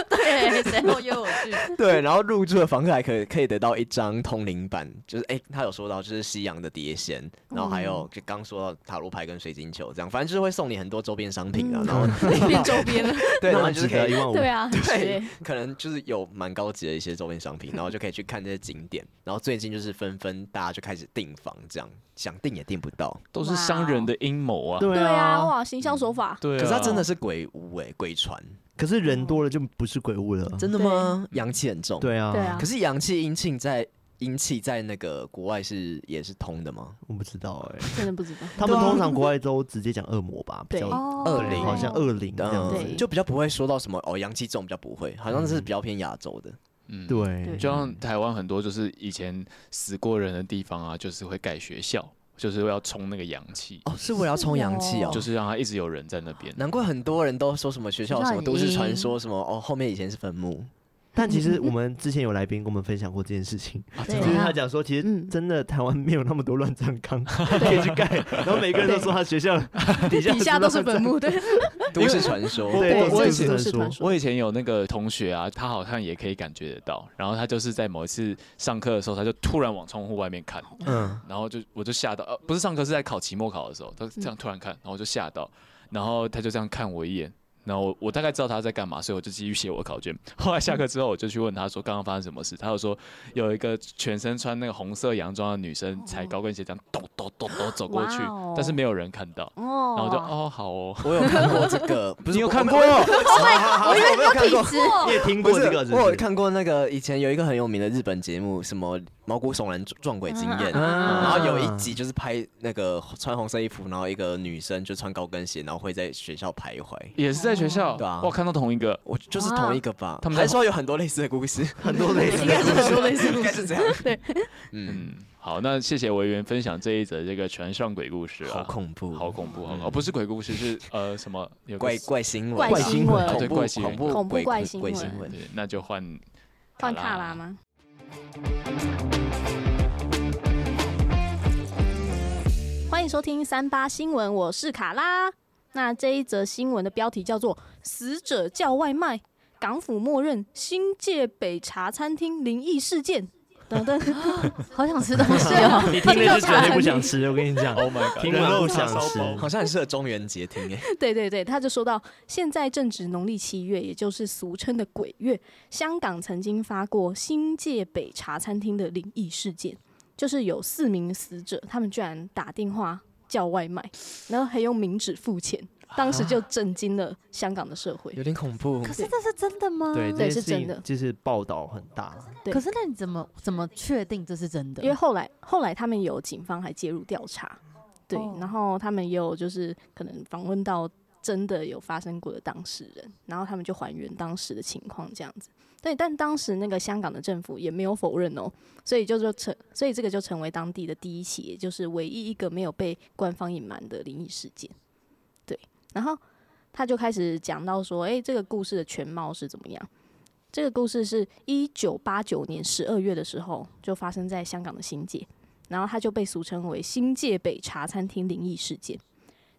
对，谁要约我去？
对，然后入住的房客还可以可以得到一张通灵板，就是哎、他有说到就是西洋的碟仙，然后还有就刚说到塔罗牌跟水晶球这样，反正就是会送你很多周边商品啊，然 后
变周边 了，
对，然
那
后
蛮
你就是
值
可
得
以
一万五。
对啊，
对
对，，
可能就是有蛮高级的一些周边商品，然后就可以去看这些景点。然后最近就是纷纷大家就开始订房，这样想订也订不到。
都是商人的阴谋啊！
对
对啊，，哇，行销手法，
对啊，
可是它真的是鬼屋哎、鬼船，
可是人多了就不是鬼屋了。
真的吗？阳气很重。。
嗯对啊，
对啊
可是阳气阴气在阴气在那个国外是也是通的吗？
我不知道哎、
真的不知道，
他们通常国外都直接讲恶魔吧，比
对
较
哦，
恶
对
灵
好像恶灵这样
对
子。
嗯就比较不会说到什么哦，阳气重比较不会，好像是比较偏亚洲的。
嗯，
对，
就像台湾很多就是以前死过人的地方啊，就是会盖学校，就是要冲那个阳气，
哦，是为了要冲阳气哦，
就是让啊他一直有人在那边。
难怪很多人都说什么学校有什么
学校很
都市传
阴
说什么哦，后面以前是坟墓。
但其实我们之前有来宾跟我们分享过这件 事情，
对
就是
啊
他讲说，其实
嗯
真的台湾没有那么多乱葬 岗可以去盖，然后每个人都说他学校 底下
底下都是坟墓，对，
都市传说。
对
对
都
我也
是
是
这么
都是
说
传说
我以前有那个同学啊，他好像也可以感觉得到，然后他就是在某一次上课的时候，他就突然往窗户外面看，
嗯，
然后就我就吓到，呃，不是上课是在考期末考的时候，他这样突然看，然后我就吓到，然后他就这样看我一眼，然后我我大概知道他在干嘛，所以我就继续写我的考卷。 后来下课之后，我就去问他说刚刚发生什么事，他就说有一个全身穿那个红色洋装的女生踩高跟鞋这样咚咚咚咚走过去
哇哦，
但是没有人看到，
哦
然后我就哦好哦，
我有看过这个，不是
你有
我
看
没
过
我没有啊我没有我没有看过，
你也听
不
过
是
这个是
我有
不是？
看过那个以前有一个很有名的日本节目，什么毛骨悚然撞鬼经验，
啊
然后哦有一集就是拍那个穿红色衣服，然后一个女生就穿高跟鞋，然后会在学校徘徊。
也是在学校，
对啊
我看到同一个，
我就是同一个吧，
他们在
还是说有很多类似的故 事，
很多类似
应，该是很多类似
应
故
该
事，
是这样。
对，
嗯，
嗯，好，那谢谢维园分享这一则这个船上鬼故事啊，
嗯好恐怖，
好恐怖，好嗯恐怖，不是鬼故事，是呃什么有个
怪怪新闻，
怪怪新闻
恐
对
怖
怪新闻
恐怖
恐怖
鬼
怪新
鬼
闻
闻。
哎对，那就 换
换卡拉？吗？迎收听三八新闻，我是卡拉。那这一则新闻的标题叫做《死者叫外卖》，港府默认新界北茶餐厅灵异事件。等等，
好想吃东西哦！
你听了就绝对不想吃，我跟你讲，
Oh my god！
听
人
完
肉
不想
想吃
吃。
好像很适合中元节听欸诶、
对对对，他就说到，现在正值农历七月，也就是俗称的鬼月。香港曾经发过新界北茶餐厅的灵异事件，就是有四名死者，他们居然打电话叫外卖，然后还用冥纸付钱，当时就震惊了香港的社会。
有点恐怖
可。是这是真的吗？
对
对，这件
是
事情
真的
就是报道很大。
对
可是那你怎么怎么确定这是真的？
因为后来后来他们有警方还介入调查，对，
哦
然后他们也有就是可能访问到真的有发生过的当事人，然后他们就还原当时的情况这样子。对，但当时那个香港的政府也没有否认哦，所以就说成，所以这个就成为当地的第一起，也就是唯一一个没有被官方隐瞒的灵异事件。对，然后他就开始讲到说，诶，这个故事的全貌是怎么样？这个故事是一九八九年十二月的时候就发生在香港的新界，然后它就被俗称为新界北茶餐厅灵异事件。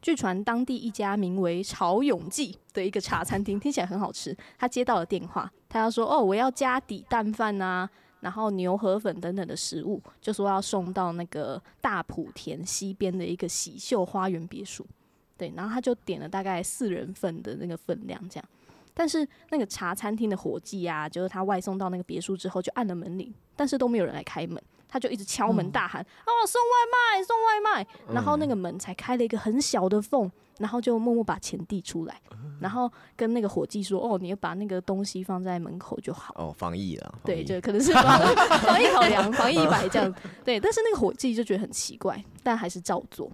据传当地一家名为潮永记的一个茶餐厅，听起来很好吃。他接到了电话，他要说：“哦，我要加底蛋饭啊，然后牛河粉等等的食物，就说要送到那个大埔田西边的一个喜秀花园别墅。”对，然后他就点了大概四人份的那个分量，这样。但是那个茶餐厅的伙计啊，就是他外送到那个别墅之后，就按了门铃，但是都没有人来开门，他就一直敲门大喊：“哦，送外卖，送外卖！”然后那个门才开了一个很小的缝，然后就默默把钱递出来，然后跟那个伙计说：“哦，你把那个东西放在门口就好。”
哦，防疫了，防
对，
疫
就可能是防 防疫考量，防疫一百这样。对，但是那个伙计就觉得很奇怪，但还是照做。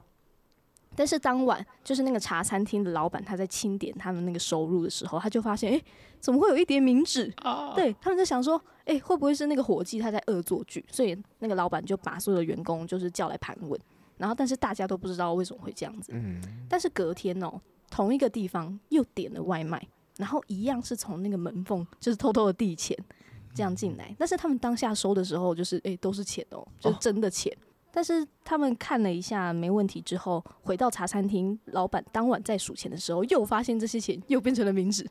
但是当晚，就是那个茶餐厅的老板，他在清点他们那个收入的时候，他就发现，诶，怎么会有一叠冥纸？对他们就想说，诶，会不会是那个伙计他在恶作剧？所以那个老板就把所有的员工就是叫来盘问，然后但是大家都不知道为什么会这样子。
嗯，
但是隔天哦，同一个地方又点了外卖，然后一样是从那个门缝，就是偷偷的递钱这样进来。但是他们当下收的时候，就是诶、都是钱哦，就是真的钱。但是他们看了一下没问题之后，回到茶餐厅，老板当晚在数钱的时候，又发现这些钱又变成了冥纸，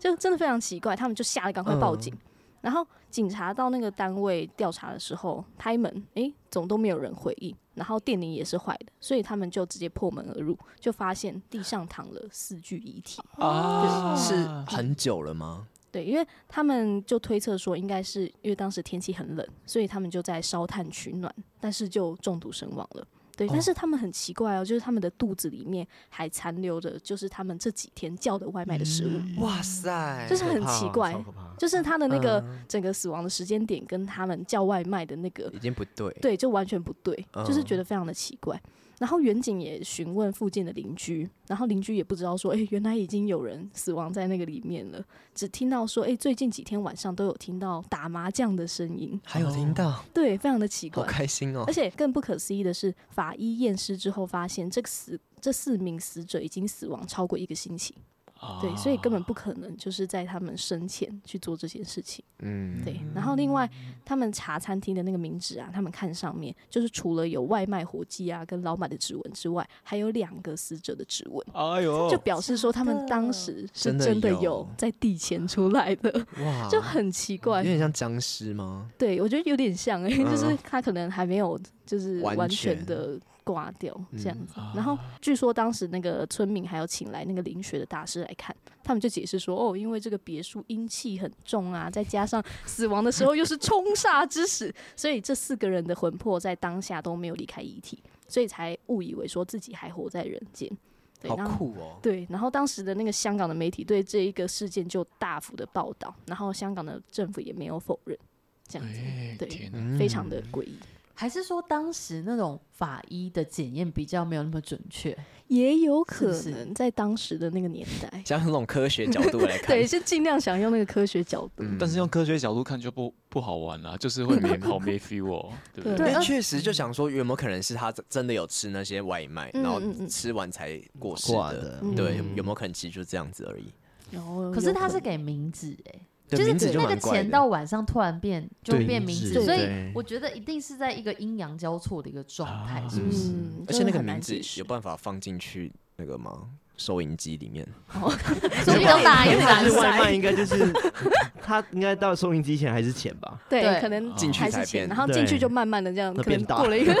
就真的非常奇怪。他们就吓得赶快报警。然后警察到那个单位调查的时候，开门，诶，总都没有人回应，然后电铃也是坏的，所以他们就直接破门而入，就发现地上躺了四具遗体。
啊，
是很久了吗？
对，因为他们就推测说，应该是因为当时天气很冷，所以他们就在烧炭取暖，但是就中毒身亡了。对，但是他们很奇怪哦，就是他们的肚子里面还残留着，就是他们这几天叫的外卖的食物，
哇塞
嗯就是很奇怪，就是他的那个
嗯
整个死亡的时间点跟他们叫外卖的那个
已经不对，
对，就完全不对，就是
嗯
觉得非常的奇怪。然后远景也询问附近的邻居，然后邻居也不知道说，哎、原来已经有人死亡在那个里面了，只听到说，哎、最近几天晚上都有听到打麻将的声音，
还有听到，
对，非常的奇
好
怪。
开心哦
而。且更不可思议的是，法医验尸之后发现，这个死这四名死者已经死亡超过一个星期，对，所以根
啊
本不可能就是在他们生前去做这件事情。
嗯，
对，然后另外他们茶餐厅的那个名字啊，他们看上面就是除了有外卖伙计啊跟老板的指纹之外，还有两个死者的指纹，
哎呦，
就表示说他
真
们
的
当时是
真的
真的
有
有在地钱出来的，
哇，
就很奇
有
怪。
点像僵尸吗？
对，我觉得有点像哎、欸， 就是
嗯
他可能还没有就是
完
完
全嗯
全的挂掉这样子。然后据说当时那个村民还有请来那个灵学的大师来看，他们就解释说，哦，因为这个别墅阴气很重啊，再加上死亡的时候又是冲煞之时，所以这四个人的魂魄在当下都没有离开遗体，所以才误以为说自己还活在人间。对，
好
然后
酷哦！
对，然后当时的那个香港的媒体对这一个事件就大幅的报道，然后香港的政府也没有否认，这样子，
哎
对
天哪，
嗯
非常的诡异。
还是说当时那种法医的检验比较没有那么准确？
也有
是
可
不是
能在当时的那个年代，
想从那种科学角度来看，
对，是尽量想用那个科学角度。
嗯
但是用科学角度看就不不好玩了，就是会没好 没 feel 哦，对不
对
对？
因
而
为确实就想说，有没有可能是他真真的有吃那些外卖，
嗯
然后
嗯嗯
吃完才过世
挂
的？
的，
嗯
对，有有没有可能其实就这样子而已？
然后，
可是他是给名字哎、
对
就是
名字就
那个
蛮怪
前
的。
到晚上突然变就
对
变
名
名
字
字，所以
对
我觉得一定是在一个阴阳交错的一个状态，是不是？
嗯，
而
就
且
是
那个
很难
名字
解释
有办法放进去那个吗？收银机里面，
所以要打一
但
蓝
是外
色。
卖应该就是 他应该到收银机前还是钱吧？
对
对，可能
进去
还
才
是
变
钱，然后进去
对
就慢慢的这样，
那
可
变
能
大
过了一个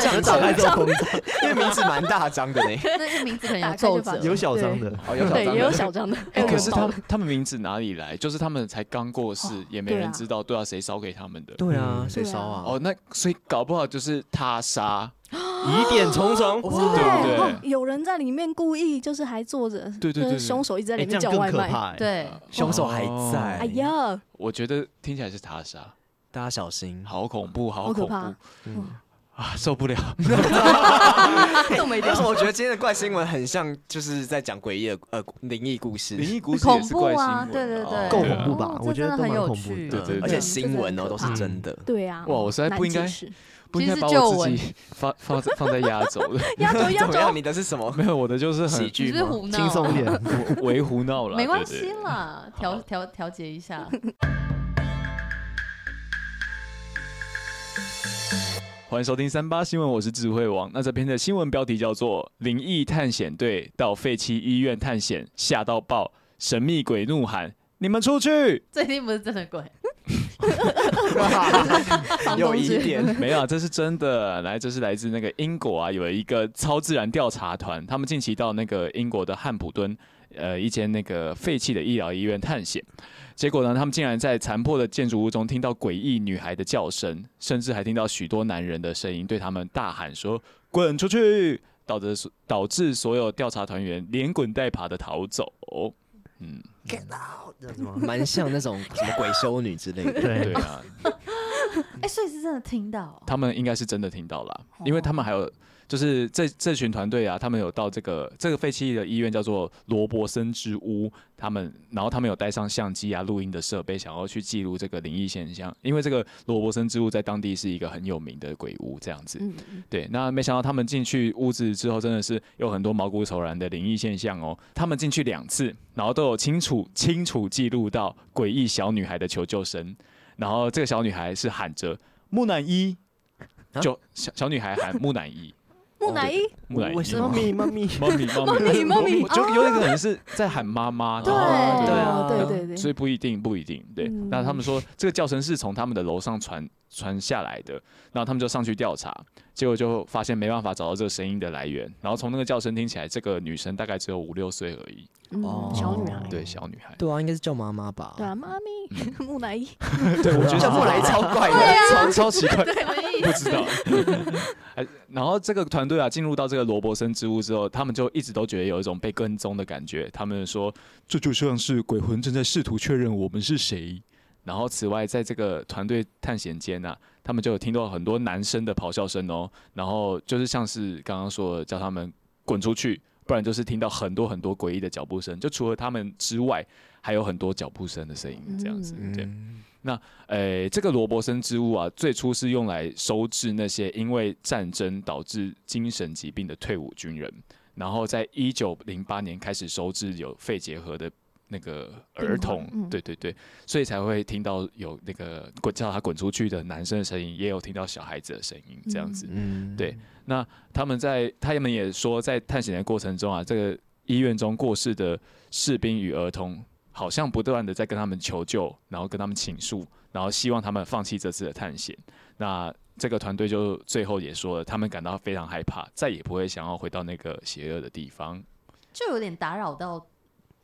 想打开之后膨胀， 因为名字蛮大张的 呢。
那个名字可能有
打开就
皱
发现
褶
有，小张的，
哦，有小
对，
张
也有
的，
小张的，哎
哎、可是
我
他他们名字哪里来？就是他们才刚过世，也没
对
人
啊
知道，对啊，谁烧给他们的？
对啊，
嗯
谁
对啊
烧啊？
哦，那所以搞不好就是他杀，
疑点重重，
真的
对
耶
对
哦有人在里面故意就是还坐着，
对对
就
对
是
对，
凶手一直在
哎，
里
这
面
样
叫
更
外
可
卖，
怕，哎，
对，
凶手还在，
哎呀，
哦我觉得听起来是他杀，
大家小心。
好恐怖，好
好可
恐怖
怕
嗯，
啊，受不了。
都没
为什么我觉得今天的怪新闻很像就是在讲诡异的呃灵异故 事？
灵异故事也
恐
是
怖
怪新
啊，
闻，
对对
哦
对，
够恐怖吧
哦
我
这
觉
真的
得都
很
蛮
有
恐怖
趣
的
的，
对对
嗯而且新闻哦都是
嗯
真的，
对啊，
哇我实在不应该
难解释
不应
其
该
实
把
是
我
旧
自己放放在放在压轴 的，
压 轴压
怎么样？
轴，
你的是什么？
没有我的就是
喜
很
你
剧
是不是
吗？
胡闹，
轻松一点。
为胡闹了，
没关
对
系。啦，调调调节一下。
对欢迎收听三八新闻，我是智慧王。那这篇的新闻标题叫做《灵异探险队到废弃医院探险，吓到爆，神秘鬼怒喊：你们出去！
最近不是真的鬼，
房
有
东
疑
之
点，
没有啊，这是真的。来，这是来自那个英国啊，有一个超自然调查团，他们近期到那个呃英国的汉普敦，呃，一间那个废弃的医疗医院探险。结果呢，他们竟然在残破的建筑物中听到诡异女孩的叫声，甚至还听到许多男人的声音对他们大喊说：“滚出去！”导致所导致所有调查团员连滚带爬的逃走。嗯，
蛮像那种什么鬼修女之类的。
对
对，
啊，
哎，所以是真的听到
他们应该是真的听到了，因为他们还有就是这这群团队啊，他们有到这个这个废弃的医院叫做罗伯森之屋，他们然后他们有带上相机啊、录音的设备，想要去记录这个灵异现象，因为这个罗伯森之屋在当地是一个很有名的鬼屋，这样子。
嗯，嗯
对，那没想到他们进去屋子之后，真的是有很多毛骨悚然的灵异现象哦。他们进去两次，然后都有清楚清楚记录到诡异小女孩的求救声，然后这个小女孩是喊着木乃伊，
啊
就小小女孩喊木乃伊，
木乃伊
木乃伊，
为什
妈
么
咪妈咪，
妈咪妈咪
妈咪
我就有点可能是在喊妈妈，
对
然后
对
哦
啊
对对对，
嗯所以不一定，不一定。对，
嗯
那他们说这个叫声是从他们的楼上传传下来的，然后他们就上去调查，结果就发现没办法找到这个声音的来源。然后从那个叫声听起来，这个女生大概只有五六岁而已，
嗯
哦
小女孩，
对，小女孩。
对啊，应该是叫妈妈吧？
对啊，妈咪 木乃伊，
对，我觉得啊
叫木乃伊超 怪的。
超超奇怪，
对，文艺
不知道。 哎，然后这个团队啊，进入到这个罗伯森之屋之后，他们就一直都觉得有一种被跟踪的感觉。他们说，这就像是鬼魂正在试图确认我们是谁。然后，此外，在这个团队探险间啊，他们就有听到很多男生的咆哮声哦。然后就是像是刚刚说的，叫他们滚出去，不然就是听到很多很多诡异的脚步声。就除了他们之外，还有很多脚步声的声音，这样子。对，
嗯，
诶、呃这个罗伯森之屋啊，最初是用来收治那些因为战争导致精神疾病的退伍军人，然后在一九零八年开始收治有肺结核的那个儿童
病，患嗯
对对对，所以才会听到有那个滚叫他滚出去的男生的声音，也有听到小孩子的声音，这样子。
嗯
对他们在他们也说，在探险的过程中啊，这个医院中过世的士兵与儿童，好像不断的在跟他们求救，然后跟他们倾诉，然后希望他们放弃这次的探险。那这个团队就最后也说了，他们感到非常害怕，再也不会想要回到那个邪恶的地方。
就有点打扰到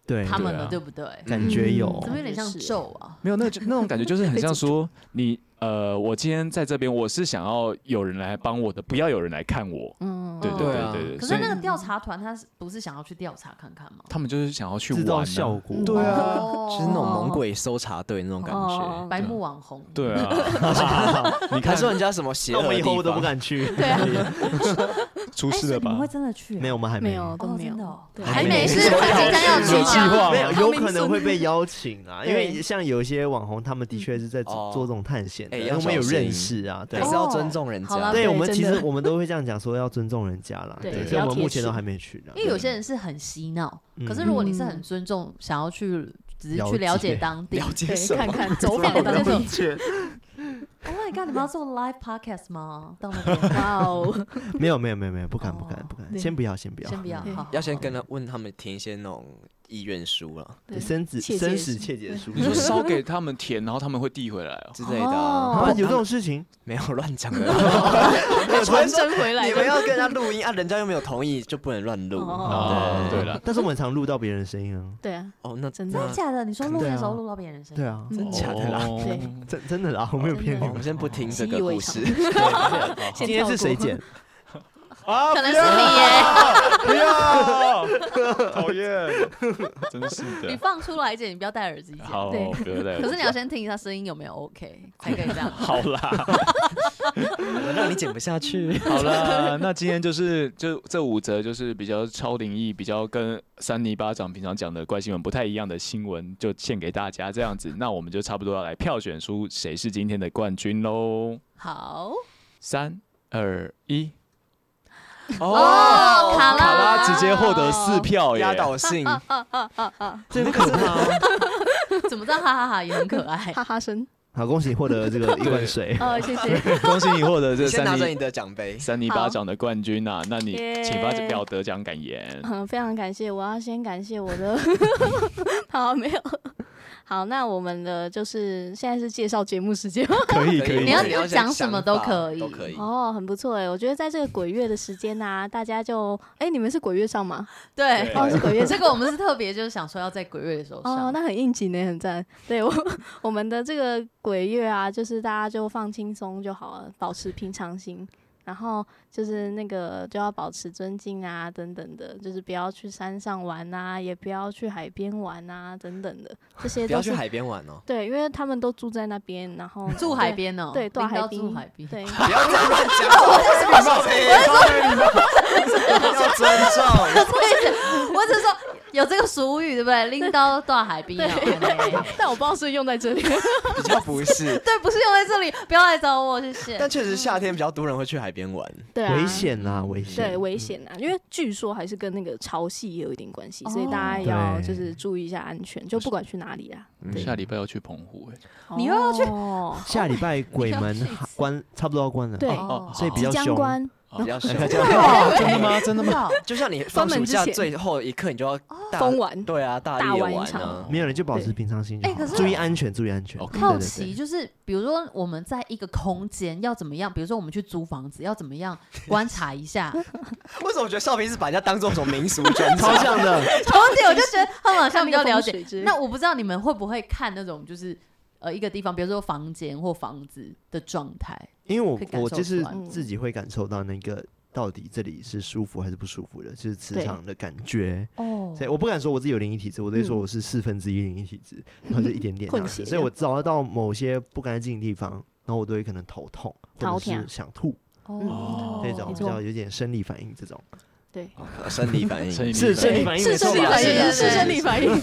对，
他们了，
对
对不对？
感觉有
嗯
怎么有点像咒啊？
没有，那就那种感觉就是很像说，你呃，我今天在这边，我是想要有人来帮我的，不要有人来看我。
嗯，
对对
对
对
啊
对对，
可
所
是
以
那个调查团，他是不是想要去调查看看吗？
他们就是想要去
制
玩、
造
啊，
效果，
对啊
哦
就是那种猛鬼搜查队那种感觉
哦。
白目网红，
对啊，你
还
看
说人家什么邪
那
恶
我们
的
以
地
后都
方
不？敢去。
对啊，
出
哎，
事
所以
了
你们
吧
会？真的去啊？
没有，我们还
没
没
有都
哦
没
真的
有，
哦
对
还
还
没
没是
有
今天要去
有计
吗？
划
没有，有可
明
能
孙
会被邀请啊，因为
对
像有一些网红，他们的确是在
哦
做做这种探险的，
哎
因
要
为我们有
小心
认识啊，对
还
啊
是要尊重人
好啦
家。
对，
哦对
我们
真
其
的
实我们都会这样讲，说要尊重人家啦，
对
对，
不
所以
要
我们
贴
目前都
齿
还没去呢
因。为有些人是很嬉闹，
嗯
可是如果你是很尊重，想要去只是去了
了
解
解
当地。
了 解
对，
什么
看？看走
访
访
的
的
那
那
种
种，
Oh my god！你们要做 live podcast 吗？到 那边
哇哦，
没有没有没有没有，不敢不
哦
敢不敢，
对
先不要先不要，
先不要，
对
好，
要先
好
跟他问他们填一些那种意愿书了
对生子
切结
生
书
死 切结书，
你说 烧给他们填，然后他们会递回来哦。
之类的啊。
哦
啊
不然
有这
他
种
们
事情，
没有乱 讲的，
传真回来
你们
的。
要跟他录音啊，人家又没有同意，就不能乱录。
哦
对了，
但是我们常录到别人的声 音啊，
对啊，
哦，那
真
真
的
的假的？你说录音的时候录到别人声音？
对啊，
真假的啦。哦
哦
对
真真的啦，我没有骗你
我
们
们。先不听这个
哦习以为
故事，
今
哦今天是谁剪？？
可能是你耶，
不要，哎讨厌，真是
你
的。
放出来姐，你不要戴耳机剪。
好，
对
不要再。
可是你要先听一下声音有没有 OK，才可以 这样。
好 啦，
让你剪不下去。
好啦，那今天就是就这五则就是比较超灵异，比较跟三尼巴掌平常讲的怪新闻不太一样的新闻，就献给大家这样子。那我们就差不多要来票选出谁是今天的冠军喽！
好，
三二一，
哦卡拉
卡拉直接获得四哦票耶，
压倒 性，
这很可怕啊。
怎么这样？哈哈哈，也很可 爱。
哈哈声，
好，恭喜你获得这个一罐水。
哦，谢谢。
恭喜你获得这
先拿
三
着
尼
你的奖杯。
三尼巴掌的冠军啊！那你
耶
请发表得奖感言。
嗯，非常感谢，我要先感谢我的，好没有，好，那我们的就是现在是介绍节目时间吗，
可以
以你 要讲什么都可以
都可以。
哦，很不错哎，我觉得在这个鬼月的时间呐、大家就，哎、你们是鬼月上吗？
对，
哦，是鬼月
这
上。
个我们是特别就是想说要在鬼月的时候
哦，
上。
那很应景呢，很赞。对我 我们的这个鬼月啊，就是大家就放轻松就好了，保持平常心，然后就是那个就要保持尊敬啊，等等的，就是不要去山上玩啊，也不要去海边玩啊，等等的，这些
不要
都
去
是
海边玩哦，
对，因为他们都住在那边，然后
住海边哦，
对，对
领
住
导
海边，
住海边。
对，
不要这样乱讲，我是礼貌，要尊重。
我只是说有这个俗语，对不对？拎刀断海边啊。对
但我不知道是用在这里。
比较不是，
对，不是用在这里，不要来找我，谢谢。
但确实夏天比较多人会去海边玩。
对啊，
危险啊，危险！
对，危险啊，因为据说还是跟那个潮汐也有一点关系，所以大家
哦
要
对
就是注意一下安全，就不管去哪里啊啦。
下礼拜要去澎湖哎，
你又要去
哦
下礼拜鬼门
你要去死
关差不多要关了，
对
哦
所以比
即
较
将
凶
关，
比较凶，
真的吗？真的吗？
吗？
就像你放暑假最后一刻，你就要大
疯玩，
对啊，大力的玩啊，
没有人就保持
对
平常心就好
哎可是
注意安全，注意安全。
哦
对
好
对对
奇就是，比如说我们在一个空间要怎么样？比如说我们去租房子要怎么样观察一下？
为什么我觉得少平是把人家当做什么民俗专
超
家？
像的，
从此哦我就觉得他们好像
看
比
那
较
个
了
风
解
水。之
那我不知道你们会不会看那种就是呃一个地方，比如说房间或房子的状态。
因为
可以
我
感
我
受
就是
出来
自己会感受到那个到底这里是舒服还是不舒服的，就是磁
对
场的感觉。
哦
所以我不敢说我自己有灵异体质，我只是说
嗯
我是四分之一灵异体质，然后就一点点 这
混
样
血
子。所以我找得到某些不干净的地方，然后我都会可能头痛或
头
者是
痛
想吐
哦
嗯这
没
种，比
错
较有点生理反应 这种。
对，
生理反
生
应
理
是生理
反
反应
是
没错
生理
啊吧，
反
是
应，啊
是
是
是
生理反应，头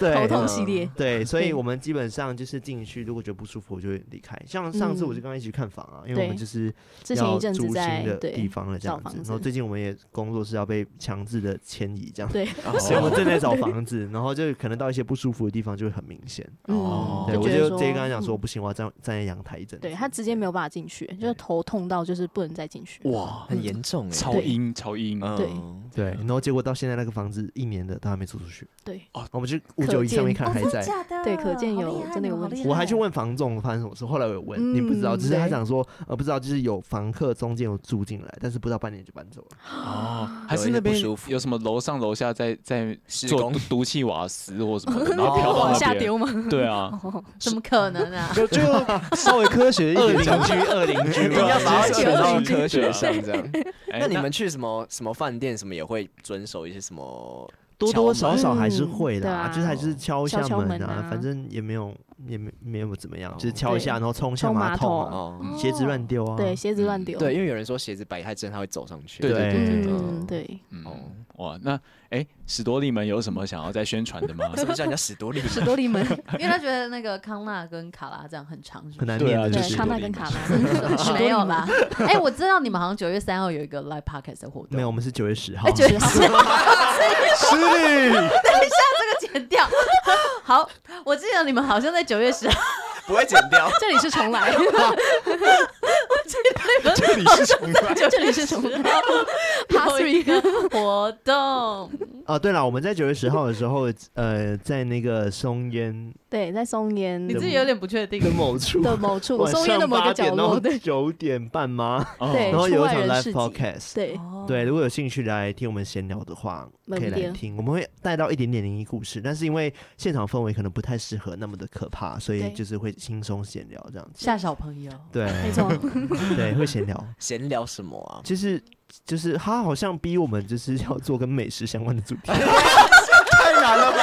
对嗯
痛系列。
对，所以
对
我们基本上就是进去，如果觉得不舒服，我就会离开。像上次我就
嗯
跟他一起去看房啊，因为我们
对
就是
之前
要
一阵
租
子
新
在
的地
对
方了这
找
样
房
子。然
子
后最近我们也工作室要被强制的迁移这样。
对，
所以我们 正在找房子，然后就可能到一些不舒服的地方就会很明显。
嗯，
哦对，我
觉得
就
说
直接跟他讲说，
嗯
不行，我要站站在阳台一阵子。
对他直接没有办法进去，就是头痛到就是不能再进去。
哇，很严重 哎，
超阴，超阴啊！
嗯
对
对，然后结果到现在那个房子一年的都还没租出去，
对，
我们去五九一上面看还在。
假的
对可见有真的有问题
我还去问房仲发生什么事，后来我有问，你不知道，
嗯
只是他
对
讲说，呃，不知道，就是有房客中间有住进来，但是不到半年就搬走了。
哦，还
有
是
一
那
点
边
不舒服
有什么楼上楼下在在
施
做
工
毒毒气瓦斯或 什么的，然后飘
往
到
下
那边，
丢吗？ 哦
对啊，
怎么可能啊？
就就稍微科学一
恶
点
邻
讲，
居，恶邻居
一定要把它扯到科学
对
上
啊
这 样。
哎
那你们去什么什么饭店什么也会遵守一些什么？
多多少少还是会
嗯
的、
对啊
就是还是敲一下
敲敲
门
门啊
反正也没有也没没有怎么样，就是敲一下，
对
然后冲一下
冲
马
马
桶
嗯
啊、
哦，
桶
鞋子乱丢啊，
对，，鞋子乱丢。
对，因为有人说鞋子摆太正，它会走上去。
对对对对，
嗯，对，
哦
嗯，哇，那哎，史多利们有什么想要再宣传的 吗？
什么叫人家史多利？
史多利门，
因为他觉得那个康纳跟卡拉这样很长，是不是
很难
对
念
啊
的，
就
就
史
对，
是
康纳
多利
跟
门
卡拉，
没有啦。哎，我知道你们好像九月三号有一个 live podcast 的活动，
没有，我们是九月十号
哎，，九月十号
失礼，
这个节剪掉。 好，我记得你们好像在九月十 号，
不会剪掉。
这里是重来，
这里是重来。
这里是重来，Part
有一
Three。
个活动，
哦，对了，我们在九月十号的时候，呃，在那个松烟
对，在松烟
你自己有点不确定
的。某处，
的某处，
晚
松烟的
上
某个
八
角
点哦到
落，对
九点半吗？
哦
对
然后有一场
出外人
live
市集
podcast，
对，
哦
对，如果有兴趣来听我们闲聊的话，
没
可以来
问题
听。我们会带到一点点灵异故事，但是因为现场氛围可能不太适合那么的可怕，所以
对
就是会轻松闲聊这样子。
吓小朋友。
对，
没错，
对，会闲聊。
闲聊什么啊？
其实就是他好像逼我们就是要做跟美食相关的主题。
太难了吧！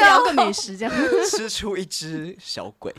聊个美食这样。
吃出一只小鬼，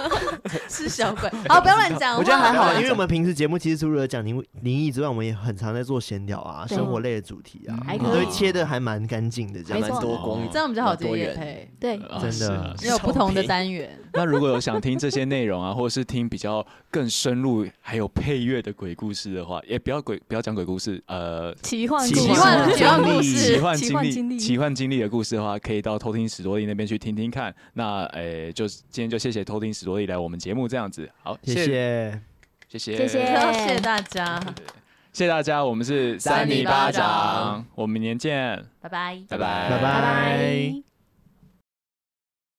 是小 鬼。好，不要乱讲话。
我觉得哦还好，因
为
为我们平时节目其实除了讲灵灵异之外，我们也很常在做闲聊啊，
对
生活类的主题啊，
还
嗯
我们
可
都
以
会切的还蛮干净的这
还
样
没
子。
蛮
错
多光，
哦这样比较好
蛮
接
多
也
元
配，
对，
啊
真的
是啊
因为有不同的单 元。
那如果有想听这些内容啊，或者是听比较更深入还有配乐的鬼故事的话，也不要鬼不要讲鬼故事，呃，
奇幻
奇
故事
幻
嗯奇
奇幻
故
故
事
事
奇幻经
幻
历、奇幻经历的故事的话，可以到偷听史多利那边去听听看。那诶、就是今天就谢谢偷听史多利来我们节目这样子，好，
谢
谢
谢，
谢谢
谢谢
好谢谢大 家，
谢谢大家，我们是
三
里巴掌
我们明年见，
拜拜。
拜拜
拜
拜拜。